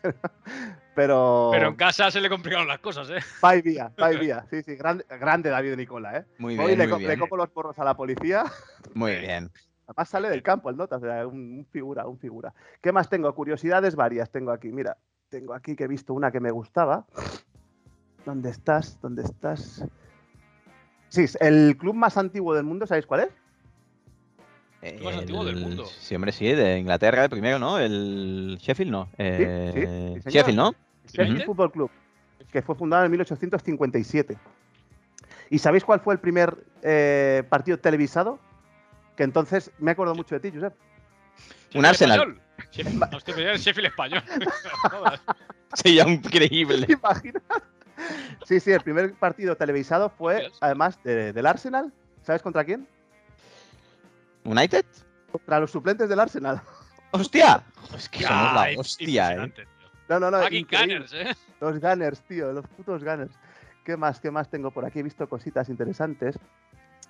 D: pero.
C: Pero en casa se le complicaron las cosas, ¿eh?
D: Pai vía, pai vía. Sí, sí, grande, grande David y Nicola, ¿eh?
A: Muy
D: Hoy
A: bien,
D: le,
A: muy
D: co- le
A: bien.
D: copo los porros a la policía.
A: Muy bien.
D: Además sale del campo el nota, o sea, un, un figura, un figura. ¿Qué más tengo? Curiosidades varias tengo aquí. Mira, tengo aquí que he visto una que me gustaba. ¿Dónde estás? ¿Dónde estás? Sí, es el club más antiguo del mundo, ¿sabéis cuál es?
C: más antiguo del
A: El-
C: mundo.
A: Sí, hombre, sí, de Inglaterra el primero, ¿no? El Sheffield, ¿no? Eh,
D: sí, señor.
A: Sheffield, ¿no?
D: Sheffield
C: United?
D: Football Club, que fue fundado en 1857. ¿Y sabéis cuál fue el primer eh, partido televisado? Que entonces me acuerdo mucho de ti, Josep.
A: Un Arsenal.
C: Español. Sheffield- Hostia, pero ya el Sheffield español. No jodas.
A: Sería increíble.
D: ¿Te imaginas? Sí, sí, el primer partido televisado fue,
C: Dios.
D: además de- del Arsenal, ¿sabes contra quién?
A: ¿United?
D: Contra los suplentes del Arsenal.
A: ¡Hostia! Es que somos la
C: Ay,
A: hostia, ¿eh?
C: Ah, impresionante, tío.
D: No, no, no.
C: Fucking
D: increíble.
C: Gunners, ¿eh?
D: Los Gunners, tío, los putos Gunners. ¿Qué más, qué más tengo por aquí? He visto cositas interesantes.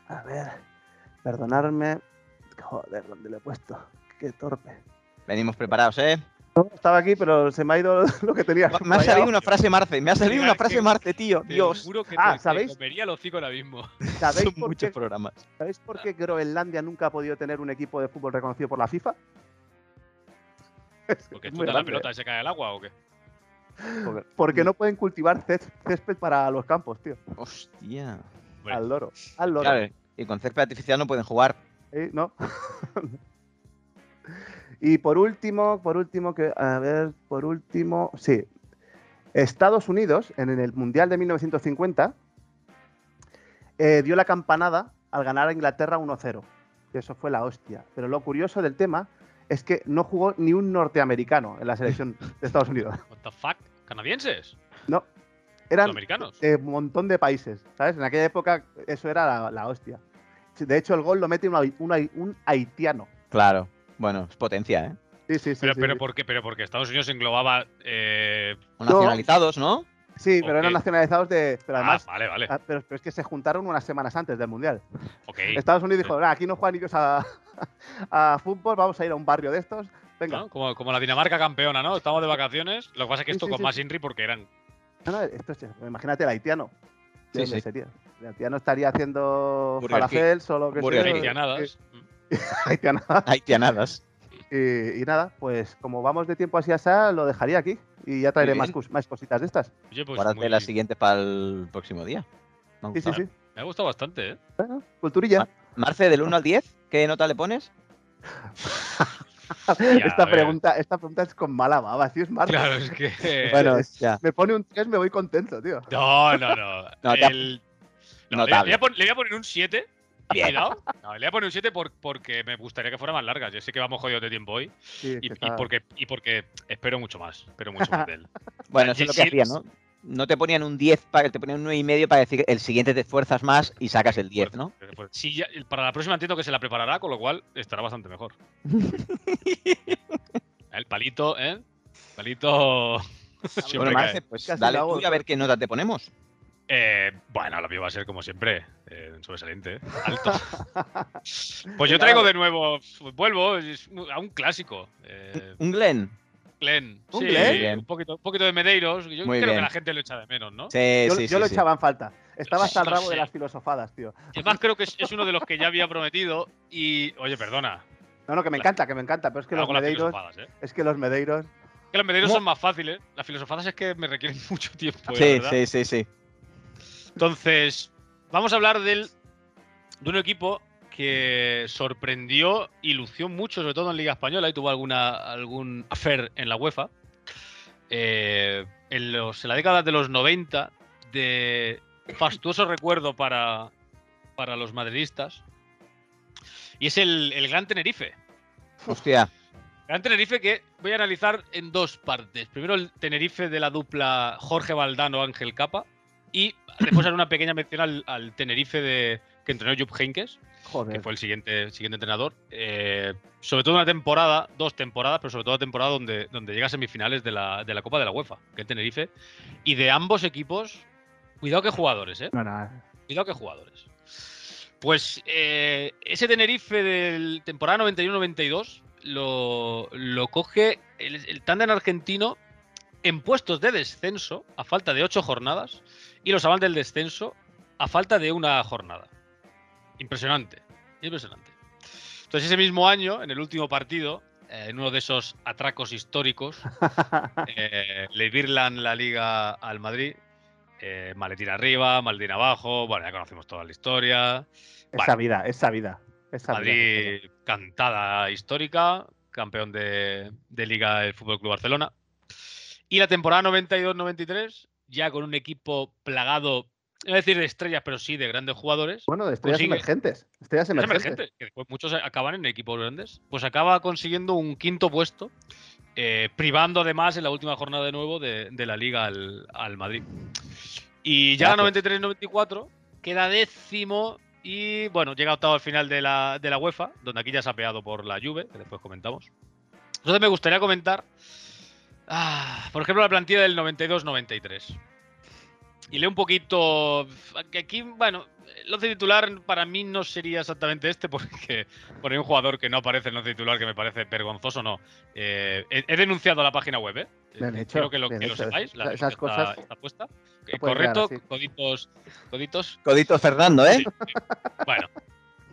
D: A ver, perdonadme. Joder, ¿dónde lo he puesto? Qué torpe.
A: Venimos preparados, ¿eh?
D: Estaba aquí, pero se me ha ido lo que tenía.
A: Me ha
C: Vaya.
A: salido una frase Marce, me ha salido una
C: Mira,
A: frase
C: que-
A: Marce, tío.
C: Te
A: Dios,
C: juro que
D: Ah,
C: te,
D: ¿sabéis?
C: te comería el hocico ahora mismo.
D: ¿Sabéis
A: son
D: por,
A: muchos
D: qué,
A: programas.
D: ¿Sabéis por qué Groenlandia nunca ha podido tener un equipo de fútbol reconocido por la FIFA? Es que
C: Porque
D: es
C: tú
D: muy
C: la
D: grande, eh.
C: pelota y se cae al agua o qué.
A: Joder.
D: Porque no pueden cultivar cés- césped para los campos, tío.
A: Hostia.
C: Hombre.
D: Al loro. Al loro.
A: Claro, y con césped artificial no pueden jugar.
D: ¿eh? ¿No? y por último, por último, que. A ver, por último. Sí. Estados Unidos, en el Mundial de 1950, eh, dio la campanada al ganar a Inglaterra 1-0. Y Eso fue la hostia. Pero lo curioso del tema es que no jugó ni un norteamericano en la selección de Estados Unidos.
C: What the fuck? ¿Canadienses?
D: No, eran
C: ¿Americanos?
D: de un montón de países, ¿sabes? En aquella época eso era la, la hostia. De hecho, el gol lo mete un, hai- un hai- un haitiano.
A: Claro. Bueno, es potencia, ¿eh?
D: Sí, sí, sí.
C: Pero,
D: sí,
C: pero,
D: sí.
C: ¿por qué? pero porque Estados Unidos englobaba. eh,
A: Son
D: No.
A: Nacionalizados, ¿no?
D: Sí, pero eran
C: Ok.
D: nacionalizados de. Pero además,
C: ah, vale, vale.
D: ah, pero, pero es que se juntaron unas semanas antes del Mundial.
C: ok.
D: Estados Unidos dijo, "Nah, aquí no juegan ellos a, a fútbol, vamos a ir a un barrio de estos. Venga,
C: ¿no? Como, como la Dinamarca campeona, ¿no? Estamos de vacaciones. Lo que pasa es que
D: Sí,
C: esto
D: sí,
C: con
D: sí.
C: más Inri porque eran.
D: No, no, esto es- imagínate el haitiano.
A: Sí,
D: ¿De dónde
A: sí.
D: sería? El haitiano estaría haciendo
A: Burger
D: falafel, solo que
A: Burger
D: sea-
A: King.
C: haitianadas.
D: haitianadas.
A: Haitianadas.
D: Y, y nada, pues como vamos de tiempo así asa, lo dejaría aquí y ya traeré
A: Muy
D: más,
A: bien.
D: cos- más cositas de estas.
C: Oye, pues
A: Guárdate
C: muy-
A: las siguientes para el próximo día. Me ha
D: Sí, sí,
A: gustado.
D: sí.
C: me ha gustado bastante, ¿eh?
D: Culturilla.
A: Marce, del 1 al 10, ¿qué nota le pones?
C: Hostia, a
D: esta,
C: ver.
D: pregunta, esta pregunta es con mala baba, sí es mala.
C: Claro, es que. eh,
A: Bueno, ya.
D: Me pone un 3, me voy contento, tío.
C: No, no, no.
A: No, te ha-
C: El- no, le, le voy
A: Notable.
C: a pon- le voy a poner un 7.
A: Bien.
C: Cuidado. No, le voy a poner un 7 por- porque me gustaría que fuera más larga. Yo sé que vamos jodidos de tiempo hoy.
D: Sí, es
C: Y,
D: que
C: y
D: está-
C: porque, y porque espero mucho más. Espero mucho más de él.
A: Bueno, eso es lo que
C: Sí, sí. pues.
A: hacían, ¿no? No te ponían un 10, para, te ponían un 9,5 para decir el siguiente te esfuerzas más y sacas el 10, ¿no?
C: Pero, pues, sí, ya- para la próxima entiendo que se la preparará, con lo cual estará bastante mejor. El palito, ¿eh? Palito. siempre
A: Bueno,
C: cae.
A: Marce, pues
D: Casi
A: dale
D: la hago,
A: tú y a ver qué nota te ponemos.
C: Eh, bueno, la mía va a ser como siempre, eh, sobresaliente, ¿eh? alto. pues yo traigo de nuevo, vuelvo es un- a un clásico. eh,
A: Un Glen.
C: Glen.
D: ¿Un
C: Sí,
A: Glen?
C: un poquito, un poquito de Medeiros. Yo
A: Muy
C: creo
A: bien.
C: que la gente lo echa de menos, ¿no?
A: Sí,
D: Yo,
A: sí, sí,
D: yo lo
A: sí.
D: echaba en falta. Estaba hasta el
C: No
D: rabo de
C: sé.
D: las filosofadas, tío.
C: Y además creo que es, es uno de los que ya había prometido y... Oye, perdona.
D: No, no, que me
C: Las-
D: encanta, que me encanta, pero es que los
C: hago las
D: medeiros,
C: filosofadas, ¿eh?
D: es que los medeiros,
C: Que los medeiros
A: ¿Cómo?
C: son más fáciles. Las filosofadas es que me requieren mucho tiempo. eh, la
A: Sí,
C: verdad.
A: sí, sí, sí.
C: Entonces, vamos a hablar del, de un equipo que sorprendió y lució mucho, sobre todo en Liga Española, y tuvo alguna, algún affair en la UEFA. Eh, en, los, en la década de los 90, de fastuoso recuerdo para, para los madridistas. Y es el, el Gran Tenerife.
A: Hostia.
C: Gran Tenerife que voy a analizar en dos partes. Primero el Tenerife de la dupla Jorge Valdano Ángel Capa y después haré una pequeña mención al, al Tenerife de que entrenó Jupp Heynckes, que
D: joder.
C: fue el siguiente, el siguiente entrenador. Eh, sobre todo una temporada, dos temporadas, pero sobre todo una temporada donde, donde llega a semifinales de la, de la Copa de la UEFA, que es el Tenerife. Y de ambos equipos, cuidado que jugadores, ¿eh?
D: No, no,
C: Cuidado que jugadores. Pues eh, ese Tenerife del temporada 91-92 lo, lo coge el, el tándem argentino en puestos de descenso a falta de ocho jornadas y los avales del descenso a falta de una jornada. Impresionante, impresionante. Entonces ese mismo año, en el último partido, eh, en uno de esos atracos históricos, eh, le virlan la liga al Madrid. Eh, maletín arriba, maletín abajo. Bueno, ya conocemos toda la historia.
D: esa vida, esa vida. Esa vida.
C: Madrid cantada histórica, campeón de, de liga del Fútbol Club Barcelona. Y la temporada 92-93, ya con un equipo plagado, no decir de estrellas, pero sí de grandes jugadores.
D: Bueno, de estrellas
C: Consigue.
D: emergentes. Estrellas
C: Es
D: emergentes.
C: emergente, que después muchos acaban en equipos grandes. Pues acaba consiguiendo un quinto puesto, eh, privando además en la última jornada de nuevo de, de la liga al, al Madrid. Y ya la 93-94 queda décimo y bueno, llega octavo al final de la, de la UEFA, donde aquí ya se ha pegado por la Juve, que después comentamos. Entonces me gustaría comentar, ah, por ejemplo, la plantilla del 92-93. Y leo un poquito. que Aquí, bueno, el once titular para mí no sería exactamente este, porque por un jugador que no aparece en el once titular que me parece vergonzoso, no. Eh, he, he denunciado la página web, ¿eh?
D: Bien
C: Eh,
D: hecho,
C: Quiero que lo,
D: bien
C: que lo
D: hecho.
C: sepáis. la
D: Esa- esas
C: denuncia está-
D: cosas
C: está puesta.
D: se
C: Eh,
D: pueden quedar
C: correcto,
D: así.
C: coditos, coditos.
A: Codito Fernando, ¿eh?
C: Bueno,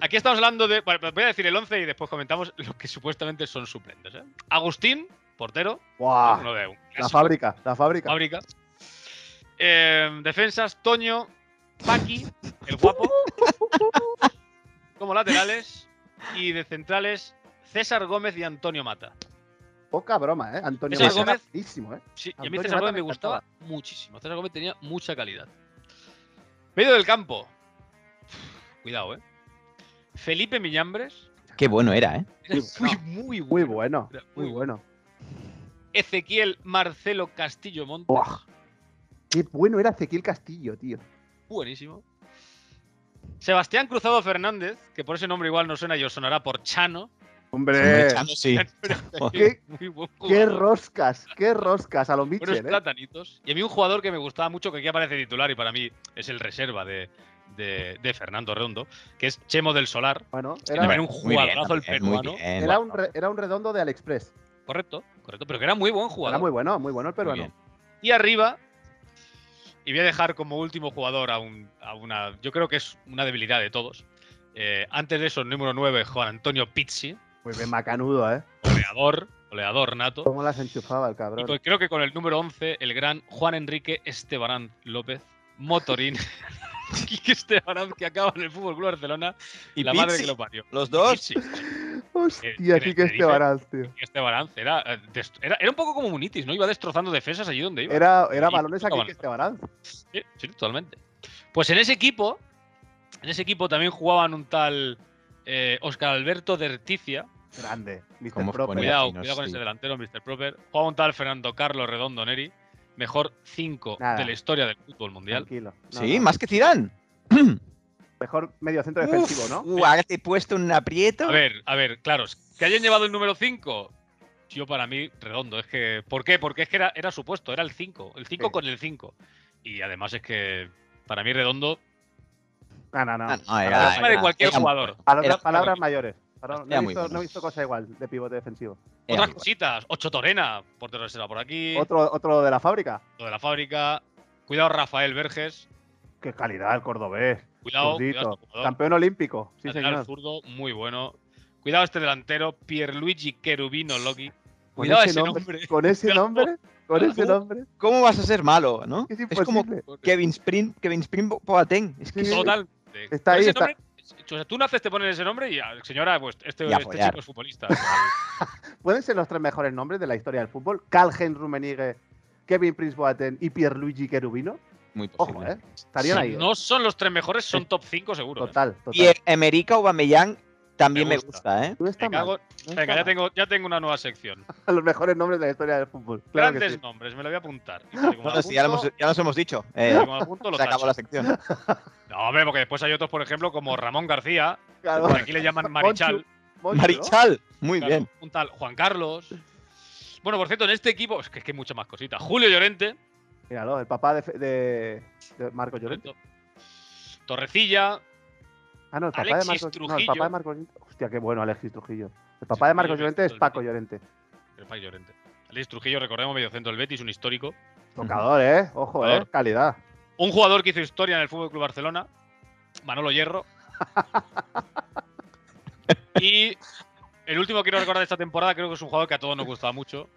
C: aquí estamos hablando de. bueno, voy a decir el once y después comentamos lo que supuestamente son suplentes. ¿eh? Agustín, portero.
D: ¡Guau!
C: uno de un
D: Ah, La
C: clásico.
D: fábrica, la fábrica.
C: Fábrica. Eh, defensas, Toño, Paqui, el guapo. como laterales. Y de centrales, César Gómez y Antonio Mata.
D: Poca broma, ¿eh? Antonio
C: César
D: Mata era
C: Gómez.
D: buenísimo, ¿eh?
C: Sí, y a mí
D: Antonio
C: César
D: Mata
C: Gómez
D: me
C: me
D: encantaba.
C: gustaba muchísimo. César Gómez tenía mucha calidad. Medio del campo. Cuidado, eh. Felipe Miñambres,
A: Qué bueno era, ¿eh?
C: Era muy, muy
D: Muy
C: bueno.
D: bueno,
C: Era muy
D: muy bueno.
C: Ezequiel Marcelo Castillo Montes.
D: Buah. Qué bueno era Ezequiel Castillo, tío.
C: Buenísimo. Sebastián Cruzado Fernández, que por ese nombre igual no suena y os sonará por Chano.
A: Hombre, Chano, sí.
D: Qué-
C: Muy buen
D: Qué
C: jugador.
D: roscas, qué roscas a lo
C: Buenos
D: Mitchell, ¿eh?
C: platanitos. Y a mí un jugador que me gustaba mucho, que aquí aparece titular y para mí es el reserva de, de- de Fernando Redondo, que es Chemo del Solar.
D: Bueno,
C: que
D: era,
C: también un
A: Muy bien,
C: jugadorazo el
A: también, muy
C: peruano.
A: bien.
D: era un, re- era un redondo de Aliexpress.
C: Correcto, correcto. Pero que era muy buen jugador.
D: Era muy bueno, muy bueno el
A: Muy
D: peruano.
A: bien.
C: Y arriba, y voy a dejar como último jugador a, un- a una. Yo creo que es una debilidad de todos. Eh, antes de eso, el número 9, Juan Antonio Pizzi,
D: Muy bien, macanudo, ¿eh?
C: goleador, goleador nato.
D: Cómo las enchufaba el
C: Y
D: cabrón.
C: con- creo que con el número 11, el gran Juan Enrique Estebarán López, Motorín. Quique Estebarán, que acaba en el Fútbol Club Barcelona,
A: ¿Y
C: la madre
A: Pizzi?
C: que lo parió.
A: Los dos.
C: Sí,
D: Hostia,
C: el-
D: aquí que
C: el-
D: este baraz, tío.
C: Quique Estebarán era, eh, dest- era, era un poco como Munitis, ¿no? Iba destrozando defensas allí donde iba.
D: Era, era
C: Y-
D: balones
C: y-
D: aquí
C: bueno.
D: que este baraz.
C: Sí, sí, totalmente. Pues en ese equipo, en ese equipo también jugaban un tal eh, Oscar Alberto de Erticia.
D: Grande. Mr.
A: Cómo
D: Proper.
A: ponía-
C: Cuidado,
A: chinos,
C: cuidado con
A: sí.
C: ese delantero, Mr. Proper. Jugaba un tal Fernando Carlos Redondo Neri, mejor 5
D: Nada.
C: de la historia del fútbol mundial.
D: Tranquilo. No,
A: Sí,
D: no.
A: más que Zidane.
D: Mejor medio centro defensivo,
A: Uf,
D: ¿no?
A: uh, ahora te he puesto un aprieto.
C: A ver, a ver, claro, que hayan llevado el número 5. Yo para mí, redondo, es que. ¿Por qué? Porque es que era, era su puesto, era el 5. El 5
D: Sí.
C: con el 5. Y además es que para mí, redondo,
D: No, no, no.
A: Ah, no,
C: por
A: era-
C: encima de cualquier
A: era-
C: jugador.
D: Palabras,
A: era-
D: palabras mayores. Palabras- no,
A: Era
D: he
A: muy
D: visto,
A: bueno.
D: no he visto cosa igual de pivote defensivo.
A: era-
C: Otras cositas, Ocho Torena, portero de reserva por aquí,
D: Otro, otro de la fábrica.
C: lo de la fábrica. Cuidado, Rafael Verges.
D: Qué calidad el cordobés.
C: Cuidado,
D: Zurdito.
C: cuidado este jugador,
D: Campeón olímpico. Sí,
C: lateral
D: señor.
C: zurdo, muy bueno. Cuidado este delantero, Pierluigi Cherubino Logi.
D: Con
C: Cuidado ese
D: nombre-
C: nombre.
D: Con ese
C: Cuidado.
D: nombre. Con ese
A: Cuidado.
D: nombre.
A: ¿Cómo vas a ser malo, no?
D: Es
A: Es como
D: imposible.
A: Kevin Sprint, Kevin Sprint Boateng. Es que
D: Sí, sí.
C: Total.
D: Está ahí,
C: Ese
D: está.
C: nombre- o sea, tú naces, te ponen ese nombre y, ah, señora, pues este,
A: Y a
C: este
A: follar.
C: chico es futbolista. O sea,
D: ¿Pueden ser los tres mejores nombres de la historia del fútbol? Calgen Rummenigge, Kevin Prince Boateng y Pierluigi Cherubino.
A: muy
D: Ojo,
A: posible.
D: ¿eh? Estarían
A: Sí,
D: ahí. ¿eh?
C: no son los tres mejores, son top 5 seguro. ¿eh?
D: Total, total.
A: Y Emerica Aubameyang también
C: Me
A: me
C: gusta.
A: gusta, ¿eh?
D: No está
C: Me
D: mal,
C: cago-
D: no está
C: Venga, ya
D: mal.
C: tengo, ya tengo una nueva sección.
D: Los mejores nombres de la historia del fútbol. Claro que
C: Grandes
D: sí.
C: nombres, me lo voy a apuntar. Y tal y como
A: Bueno,
C: lo
A: sí, ya, lo hemos- ya nos hemos dicho. eh,
C: apunto, y como lo apunto, lo
A: se acabó
C: tacho.
A: la sección.
C: No, hombre, porque después hay otros, por ejemplo, como Ramón García,
D: Claro.
C: por aquí le llaman Marichal.
D: Monchu, ¿no?
A: Marichal, muy
C: claro,
A: bien.
C: Un tal Juan Carlos. Bueno, por cierto, en este equipo, es que, es que hay muchas más cositas. Julio Llorente,
D: Míralo, el papá de, Fe- de- de Marco Llorente.
C: Torrecilla,
D: Ah, no, el papá
C: Alexis
D: de Marco No, el
C: Trujillo.
D: papá de Marco Llorente. Hostia, qué bueno, Alexis Trujillo. El papá de
C: Sí,
D: Marco
C: yo he
D: Llorente es
C: visto el
D: Paco
C: vídeo.
D: Llorente.
C: el país Llorente. Alex Trujillo, recordemos, mediocentro del Betis, un histórico.
D: Tocador, ¿eh? Ojo, ¿eh?
C: Tocador.
D: Calidad.
C: Un jugador que hizo historia en el Fútbol Club Barcelona, Manolo Hierro. y el último que quiero recordar de esta temporada, creo que es un jugador que a todos nos gustaba mucho,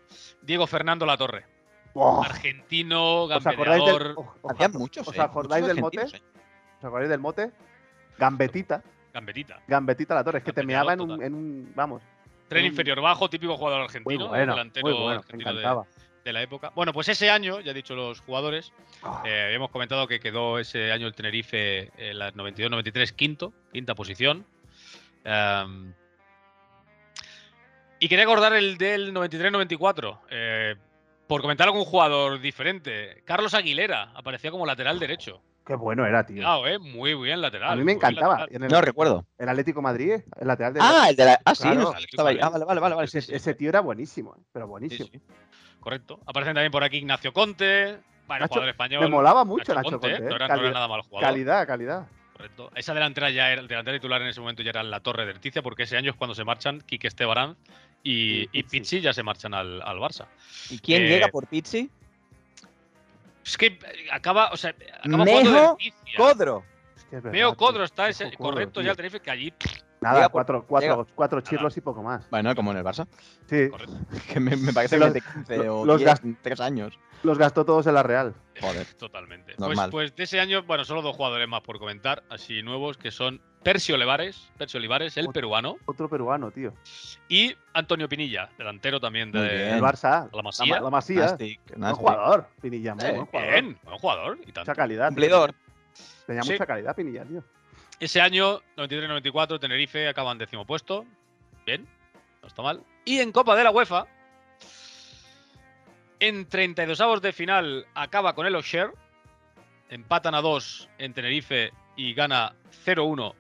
C: Diego Fernando Latorre.
D: Oh,
C: Argentino,
D: ¿Os acordáis
C: gambeteador,
D: del, oh, oh,
A: Había muchos.
D: ¿Os
A: eh,
D: acordáis
A: muchos
D: del mote?
A: argentinos, eh.
D: ¿os acordáis del mote? Gambetita.
C: gambetita.
D: Gambetita la torre. Es que te
C: Gambetador
D: meaba en un,
C: total.
D: en un- Vamos.
C: Tren
D: Mm.
C: inferior bajo, típico jugador
D: Muy
C: argentino,
D: bueno.
C: delantero
D: Muy bueno. Me
C: argentino de-
D: encantaba.
C: de la época. Bueno, pues ese año, ya he dicho los jugadores,
D: Oh,
C: Eh, habíamos comentado que quedó ese año el Tenerife eh, en las 92-93 quinto, quinta posición. Em, y quería acordar el del 93-94. eh, por comentar algún jugador diferente. Carlos Aguilera aparecía como lateral derecho.
D: qué bueno era, tío.
C: Cuidado, eh, muy bien lateral.
D: Ah, A mí
C: muy
D: me
C: bien
D: encantaba.
C: lateral.
D: En el,
A: No recuerdo.
D: el Atlético Madrid, el lateral de.
A: Ah, el de la. Ah, sí,
D: Claro.
A: no, estaba ahí. Ah, vale, vale, vale. vale, sí, sí.
D: ese, ese tío era buenísimo, ¿eh? pero buenísimo.
A: Sí, sí.
C: Correcto. Aparecen también por aquí Ignacio Conte, bueno,
D: Nacho-
C: jugador español.
D: Me molaba mucho Nacho, Conte.
C: eh,
D: ¿eh?
C: No, era, no era
D: Calidad,
C: nada mal jugador.
D: calidad, calidad.
C: Correcto. Esa delantera ya era, el delantera titular en ese momento ya era la Torre de Erticia, porque ese año es cuando se marchan Quique Estebarán y,
D: Y
C: y
D: Pizzi.
C: Pizzi ya se marchan al, al Barça.
A: ¿Y quién
C: Eh,
A: llega por Pizzi?
C: Es que eh, acaba, o sea, acaba
A: Mejo,
C: jugando de Erticia.
A: Codro.
D: Hostia, es verdad,
C: Meo
D: tío.
C: Codro está ese,
D: Mejo Codro,
C: correcto
D: tío.
C: ya el Tenerife que allí
D: Nada,
A: Llega,
D: cuatro, cuatro, cuatro
C: Nada.
D: chirlos y poco más.
A: Bueno, como en el Barça.
D: Sí,
C: correcto,
A: Que me, me parece
D: Sí, los-
A: que es de 15 o
D: los
A: 10, 3 años.
D: los gastó todos en la Real.
A: Joder.
C: totalmente. Pues,
A: Normal.
C: pues de ese año, bueno, solo dos jugadores más por comentar, así nuevos, que son Percio Olivares, Percio Olivares, el
D: Ot-
C: peruano,
D: Otro peruano, tío.
C: y Antonio Pinilla, delantero también
A: Muy bien.
C: de
D: El Barça,
C: la
D: la,
C: Masía.
D: ma- la Masía.
A: Nastic,
D: Buen
A: Nastic.
D: ¿eh? jugador, Pinilla. muy
A: Sí,
D: buen jugador.
C: Bien, buen jugador. Y tanto.
D: Mucha calidad. tío.
A: Cumplidor.
D: Tenía
C: Sí.
D: mucha calidad, Pinilla, tío.
C: Ese año, 93-94, Tenerife acaban décimo puesto. Bien, no está mal. Y en Copa de la UEFA, en 32 avos de final acaba con el Osher. Empatan a 2 en Tenerife y gana 0-1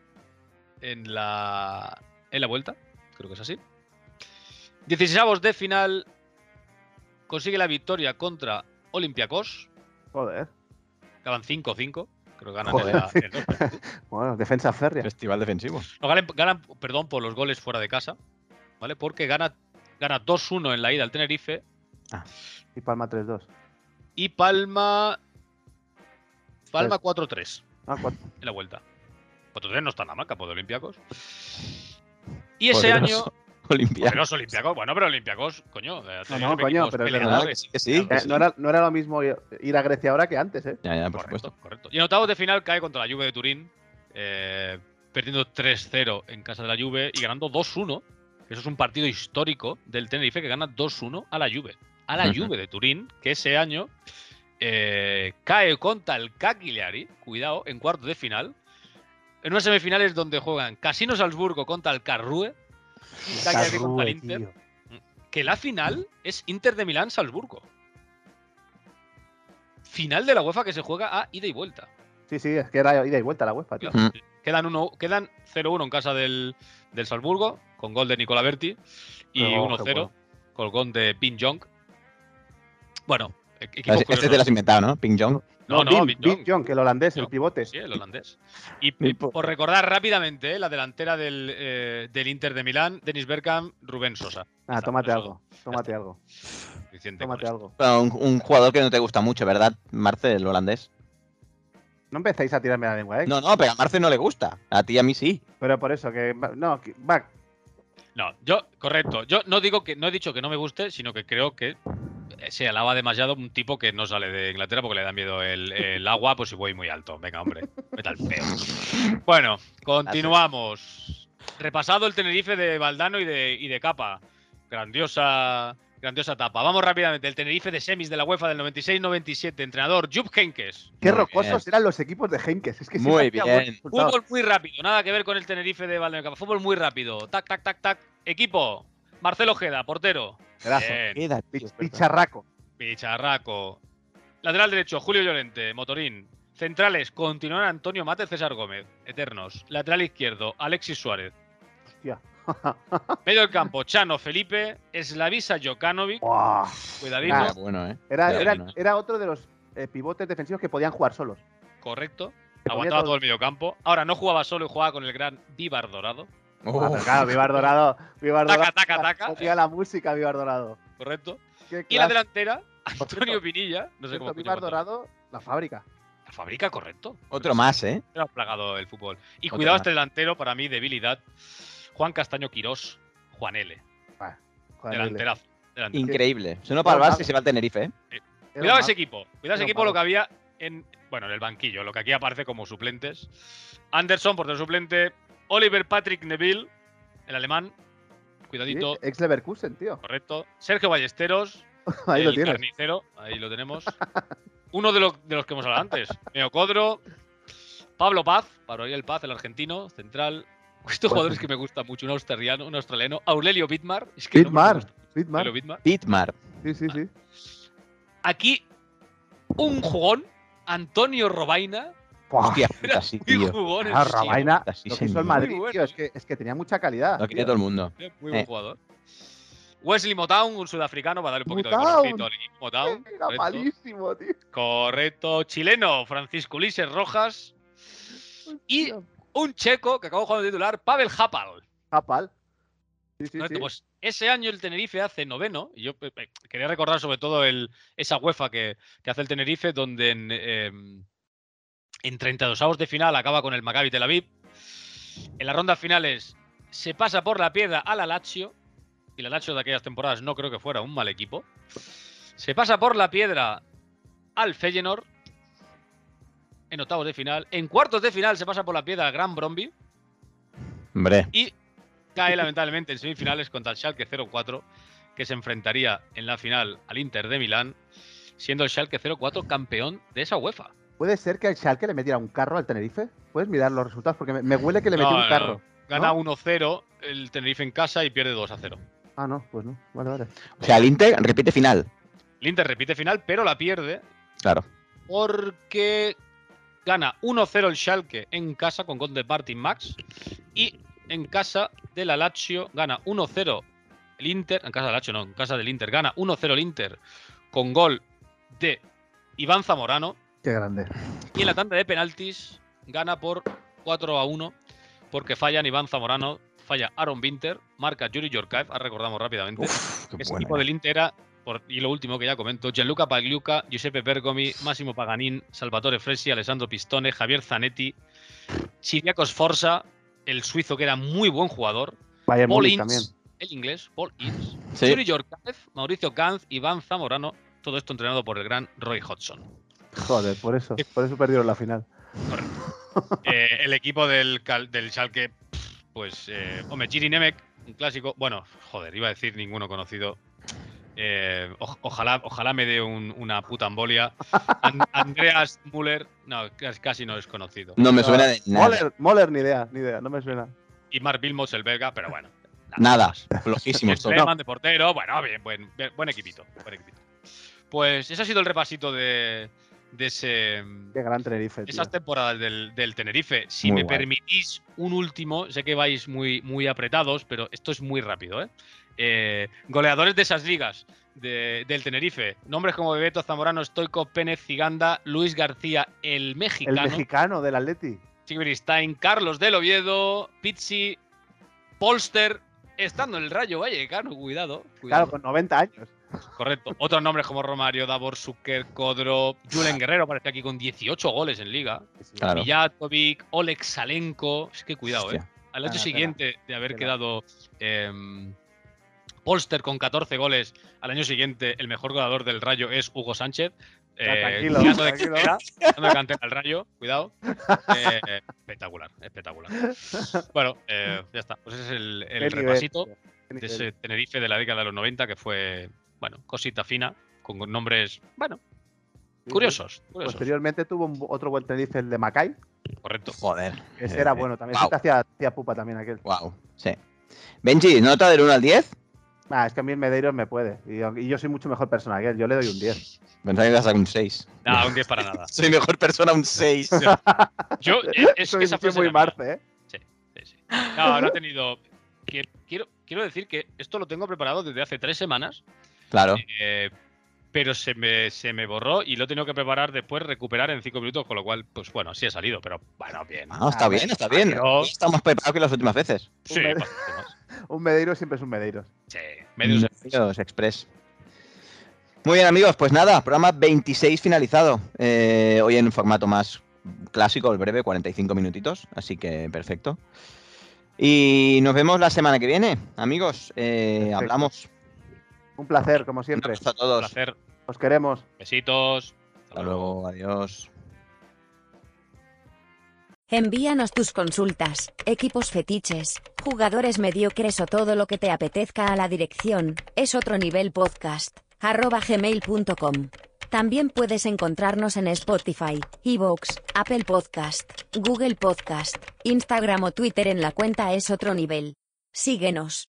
C: en la, en la vuelta. Creo que es así. 16 avos de final consigue la victoria contra Olympiacos.
D: Joder.
C: Acaban 5-5. Creo que ganan
D: Joder.
C: en la- en los-
D: Bueno, defensa férrea.
B: Festival defensivo.
C: No, ganan, ganan, perdón, por los goles fuera de casa, ¿vale? Porque gana, gana 2-1 en la ida al Tenerife
D: Y Palma 3-2.
C: y Palma. Palma 4-3
D: Ah, cuatro.
C: en la vuelta. 4-3 no está nada mal, campo de Olympiacos. Y ese
B: Poderoso.
C: año.
B: Olimpia.
C: Poderoso Olympiacos, bueno, pero Olympiacos, coño. eh, hace
D: no, coño,
C: equipos
D: pero es
B: verdad
C: peleadores.
B: que sí, que
D: Eh, no, era, no era lo mismo ir a Grecia ahora que antes, ¿eh?
B: Ya, ya, por
C: Correcto,
B: supuesto.
C: correcto. Y en octavos de final cae contra la Juve de Turín, eh, perdiendo 3-0 en casa de la Juve y ganando 2-1. Eso es un partido histórico del Tenerife que gana 2-1 a la Juve. A la
B: Ujú.
C: Juve de Turín, que ese año eh, cae contra el Cagliari, cuidado, en cuartos de final. En unas semifinales donde juegan Casino Salzburgo contra el Carrue, Cagliari contra el
D: Carrue,
C: Inter,
D: tío.
C: que la final es Inter de Milán-Salzburgo. Final de la UEFA que se juega a ida y vuelta.
D: Sí, sí, es que era ida y vuelta la UEFA, tío.
B: Ujú.
C: Quedan, uno, quedan 0-1 en casa del, del Salzburgo, con gol de Nicola Berti, y
D: Pero,
C: 1-0
D: bueno.
C: con gol de Pin Jong. Bueno, e- equipo
B: Este este te lo has inventado, ¿no? Ping Jong.
C: No, no,
D: Bin-
C: Bin
D: Bin
C: Jong.
D: Jong, que el holandés,
C: Yo-
D: el pivote.
C: Sí, el holandés. Y
B: Mi
C: y
B: po-
C: por recordar rápidamente, eh, la delantera del, eh, del Inter de Milán, Denis Bergkamp, Rubén Sosa.
D: Ah,
C: Está,
D: tómate
C: eso-
D: algo, tómate algo,
C: suficiente con
D: tómate
C: esto.
D: algo.
B: Bueno, un, un jugador que no te gusta mucho, ¿verdad, Marce, el holandés?
D: No empecéis a tirarme la lengua, ¿eh?
B: No, no, pero a Marce no le gusta. A ti y a mí sí.
D: Pero por eso, que. va- No, que- va,
C: No, yo, correcto. Yo no digo que no he dicho que no me guste, sino que creo que se alaba demasiado un tipo que no sale de Inglaterra porque le da miedo el, el agua, pues si voy muy alto. Venga, hombre, vete al feo. Bueno, continuamos. Repasado el Tenerife de Valdano y de, y de Capa. Grandiosa, grandiosa etapa. Vamos rápidamente. El Tenerife de semis de la UEFA del 96-97. Entrenador Jupp Heynckes.
D: Qué
B: Muy
D: rocosos eran los equipos de Henkes. Es que siempre
B: Muy
D: hacía
B: bien.
D: buenos resultados.
C: Fútbol muy rápido, nada que ver con el Tenerife de Valdano y Capa. Fútbol muy rápido. Tac, tac, tac, tac. Equipo. Marcelo Ojeda, portero.
D: Gracias.
C: Bien.
B: Queda, tío,
D: Pich-
B: es
A: Pues
B: verdad.
D: Picharraco.
C: Picharraco. Lateral derecho, Julio Llorente, Motorín. Centrales, continúan Antonio Mate, César Gómez, Eternos. Lateral izquierdo, Alexis Suárez.
D: Hostia.
C: Medio del campo, Chano, Felipe, Slavisa Jokanovic,
D: Buah.
C: cuidadito,
B: Era bueno, ¿eh?
D: Era,
B: Era
D: era-
B: bueno, ¿eh?
D: era otro de los eh, pivotes defensivos que podían jugar solos.
C: correcto.
D: Te ponía
C: Aguantaba
D: todo-
C: todo el medio campo. Ahora no jugaba solo y jugaba con el gran Vivar Dorado,
B: Oh,
D: Ah, pero claro, Vivar Dorado. Vivar
C: Taca,
D: Dorado.
C: taca, taca.
D: Copia la música, Vivar Dorado.
C: correcto.
D: Qué
C: Y la
D: clase.
C: delantera,
D: Por cierto,
C: Antonio Pinilla. No sé
D: Cierto,
C: cómo coño
D: Vivar
C: cuando-
D: Dorado, la fábrica.
C: La fabrica, correcto.
B: Otro más, ¿eh?
C: Era plagado el fútbol. Y
B: Otra
C: cuidado
B: más.
C: este delantero, para mí, debilidad. Juan Castaño Quirós, Juan L.
D: Joder,
C: Delanterazo. delanterazo.
B: Increíble. Se no para el Barça y se va al Tenerife, ¿eh?
D: era
C: Cuidado
D: una-
C: ese equipo. Cuidado ese
D: Era
C: equipo
D: malo.
C: lo que había en. Bueno, en el banquillo, lo que aquí aparece como suplentes. Anderson, portero suplente. Oliver Patrick Neville, el alemán.
D: Sí,
C: Cuidadito,
D: Ex Leverkusen, tío.
C: correcto. Sergio Ballesteros,
D: Ahí lo
C: el
D: tienes.
C: carnicero. Ahí lo tenemos. Uno de, los de los que hemos hablado antes. Neocodro. Pablo Paz, Pablo Ariel Paz, el argentino, central. Estos jugadores que me gustan mucho, un australiano, un australiano. Aurelio Bitmar. Es que no me
D: Bitmar.
C: gusta
D: Bitmar.
C: Aurelio Bitmar.
B: Pitmar.
D: Sí, sí, sí.
C: Aquí, un jugón, Antonio Robaina.
A: Ah.
D: Buah,
B: Hostia, puta, sí,
C: Muy
B: tío.
C: jugón,
D: ah,
C: ese tío.
D: Rabaina.
B: Sí,
D: Lo que hizo
B: señor.
D: el Madrid,
C: Muy bueno,
D: tío. Es
C: eh.
D: que, es que tenía mucha calidad.
B: Lo quiere
D: tío.
B: todo el mundo.
C: Eh, Muy buen
B: Eh.
C: jugador. Wesley Motown, un sudafricano, para darle un poquito
D: Motown.
C: de colorcito al equipo Motown.
D: Era
C: Correcto.
D: malísimo, tío.
C: Correcto. Chileno, Francisco Ulises Rojas. Y
D: Hostia.
C: un checo que acabó jugando de titular, Pavel Hapal.
D: Japal. Sí, sí,
C: Correcto,
D: sí.
C: Pues ese año el Tenerife hace noveno. Y yo eh, eh, quería recordar sobre todo el, esa UEFA que, que hace el Tenerife, donde en, eh, en 32 avos de final acaba con el Maccabi Tel Aviv. En las rondas finales se pasa por la piedra a la Lazio. Y la Lazio de aquellas temporadas no creo que fuera un mal equipo. Se pasa por la piedra al Feyenoord. En octavos de final. En cuartos de final se pasa por la piedra al Gran Bromby
B: Hombre,
C: y cae lamentablemente en semifinales contra el Schalke 04, que se enfrentaría en la final al Inter de Milán, siendo el Schalke 04 campeón de esa UEFA.
D: ¿Puede ser que al Schalke le metiera un carro al Tenerife? ¿Puedes mirar los resultados? Porque me, me huele que le
C: No,
D: metió
C: no.
D: un carro.
C: Gana
D: ¿No?
C: 1-0 el Tenerife en casa y pierde 2-0.
D: Ah, no, pues no. Vale, vale.
A: O sea, el Inter repite final.
C: El Inter repite final, pero la pierde
A: Claro.
C: porque gana 1-0 el Schalke en casa con gol de Martin Max y en casa de la Lazio gana 1-0 el Inter, en casa de la Lazio no, en casa del Inter gana 1-0 el Inter con gol de Iván Zamorano
D: Qué grande.
C: y en la tanda de penaltis gana por 4 a 1 porque fallan Iván Zamorano, falla Aaron Winter, marca Yuri Yorkaev, ahora recordamos rápidamente.
A: Uf, qué
C: Ese
A: buena.
C: equipo del Inter era, por- y lo último que ya comento, Gianluca Pagliuca, Giuseppe Bergomi, Massimo Paganin, Salvatore Fressi, Alessandro Pistone, Javier Zanetti, Siriacos Forza, el suizo que era muy buen jugador,
D: Bayern
C: Paul
D: Múnich
C: Ince,
D: también.
C: el inglés, Paul Ince,
A: Sí.
C: Yuri Yorkaev, Mauricio Ganz, Iván Zamorano, todo esto entrenado por el gran Roy Hodgson.
D: Joder, por eso. Por eso perdieron la final.
C: Eh, el equipo del, cal- del Schalke, pues, eh, hombre, Giri Nemec, un clásico. Bueno, joder, iba a decir ninguno conocido. Eh, o- ojalá, ojalá me dé un- una puta embolia. An- Andreas Müller, no, cas- casi no es conocido.
A: No me suena de nada.
D: Moller, Moller, ni idea, ni idea. No me suena.
C: Y Mark Wilmots, el belga, pero bueno.
A: Nada. Flojísimos todos.
C: Lehmann de portero, bueno, bien, buen, bien, buen equipito, buen equipito. Pues ese ha sido el repasito de, de ese.
D: Qué gran Tenerife. este tío.
C: esas temporadas del, del Tenerife. Si
A: Muy
C: me
A: guay.
C: permitís un último, sé que vais muy, muy apretados, pero esto es muy rápido. ¿eh? Eh, goleadores de esas ligas de- del Tenerife. Nombres como Bebeto Zamorano, Stoico, Pérez, Ciganda, Luis García, el
D: El
C: mexicano,
D: mexicano del Atleti.
C: Sigristein, Carlos del Oviedo, Pizzi, Polster, estando en el Rayo Vallecano, cuidado. cuidado.
D: Claro, con 90 años.
C: Correcto. Otros nombres como Romario, Davor, Zucker, Codro, Julen Guerrero, aparece aquí con 18 goles en liga.
A: Claro.
C: Mijatovic, Oleg Salenko. Es que cuidado, ¿eh?
A: Hostia.
C: Al año
D: Tela,
C: siguiente de haber
D: tela.
C: quedado em, Polster con 14 goles, al año siguiente el mejor goleador del Rayo es Hugo Sánchez.
D: Ya,
C: Eh,
D: tranquilo,
C: tirando de
D: tranquilo.
C: cantera, tirando de cantera al Rayo, cuidado. Eh, espectacular, espectacular. Bueno, eh, ya está. Pues ese es el, el
D: Qué nivel,
C: repasito
D: tío,
C: de
D: qué nivel.
C: ese Tenerife de la década de los 90 que fue, bueno, cosita fina, con nombres, bueno,
D: Sí,
C: curiosos.
D: sí.
C: curiosos
D: Posteriormente tuvo un- otro buen Tenerife, el de Macay.
C: correcto.
A: Joder.
D: Ese
A: Eh,
D: era
A: eh,
D: bueno también.
A: guau.
D: Ese te hacía, hacía pupa también aquel.
A: Wow. Sí. Benji, nota del 1 al 10.
D: Ah, es que a mí el Medeiros me puede. Y, aunque- y yo soy mucho mejor persona que él. Yo le doy un 10.
A: Pensaba que ibas a un 6.
C: No, aunque para nada.
A: Soy mejor persona un 6.
C: Yo, eh, es
D: Eso
C: que esa
D: es
C: frase
D: muy
C: era mía.
D: marce, ¿eh?
C: Sí, sí. No, no he tenido. Quiero, quiero- quiero decir que esto lo tengo preparado desde hace tres semanas,
A: Claro.
C: eh, pero se me, se me borró y lo he tenido que preparar después, recuperar en cinco minutos, con lo cual, pues bueno, sí ha salido, pero bueno, bien.
A: Ah, está
D: Ah,
A: bien, está bien.
C: pero-
A: Estamos más preparados que las últimas veces.
C: Sí,
D: hombre.
C: bastante más.
D: Un Medeiros siempre es un Medeiros.
C: Sí, medio se-
A: Medios Express. Muy bien, amigos, pues nada, programa 26 finalizado. Eh, hoy en un formato más clásico, el breve, 45 minutitos, así que perfecto. Y nos vemos la semana que viene, amigos. Eh,
D: Perfecto.
A: hablamos.
D: Un placer, como
A: Un
D: siempre.
A: abrazo a
C: Un
A: todos.
C: placer.
D: Os queremos.
C: Besitos.
A: Hasta luego, adiós.
E: Envíanos tus consultas, equipos fetiches, jugadores mediocres o todo lo que te apetezca a la dirección es otro nivel podcast arroba gmail.com. También puedes encontrarnos en Spotify, Evox, Apple Podcast, Google Podcast, Instagram o Twitter en la cuenta es otro nivel. Síguenos.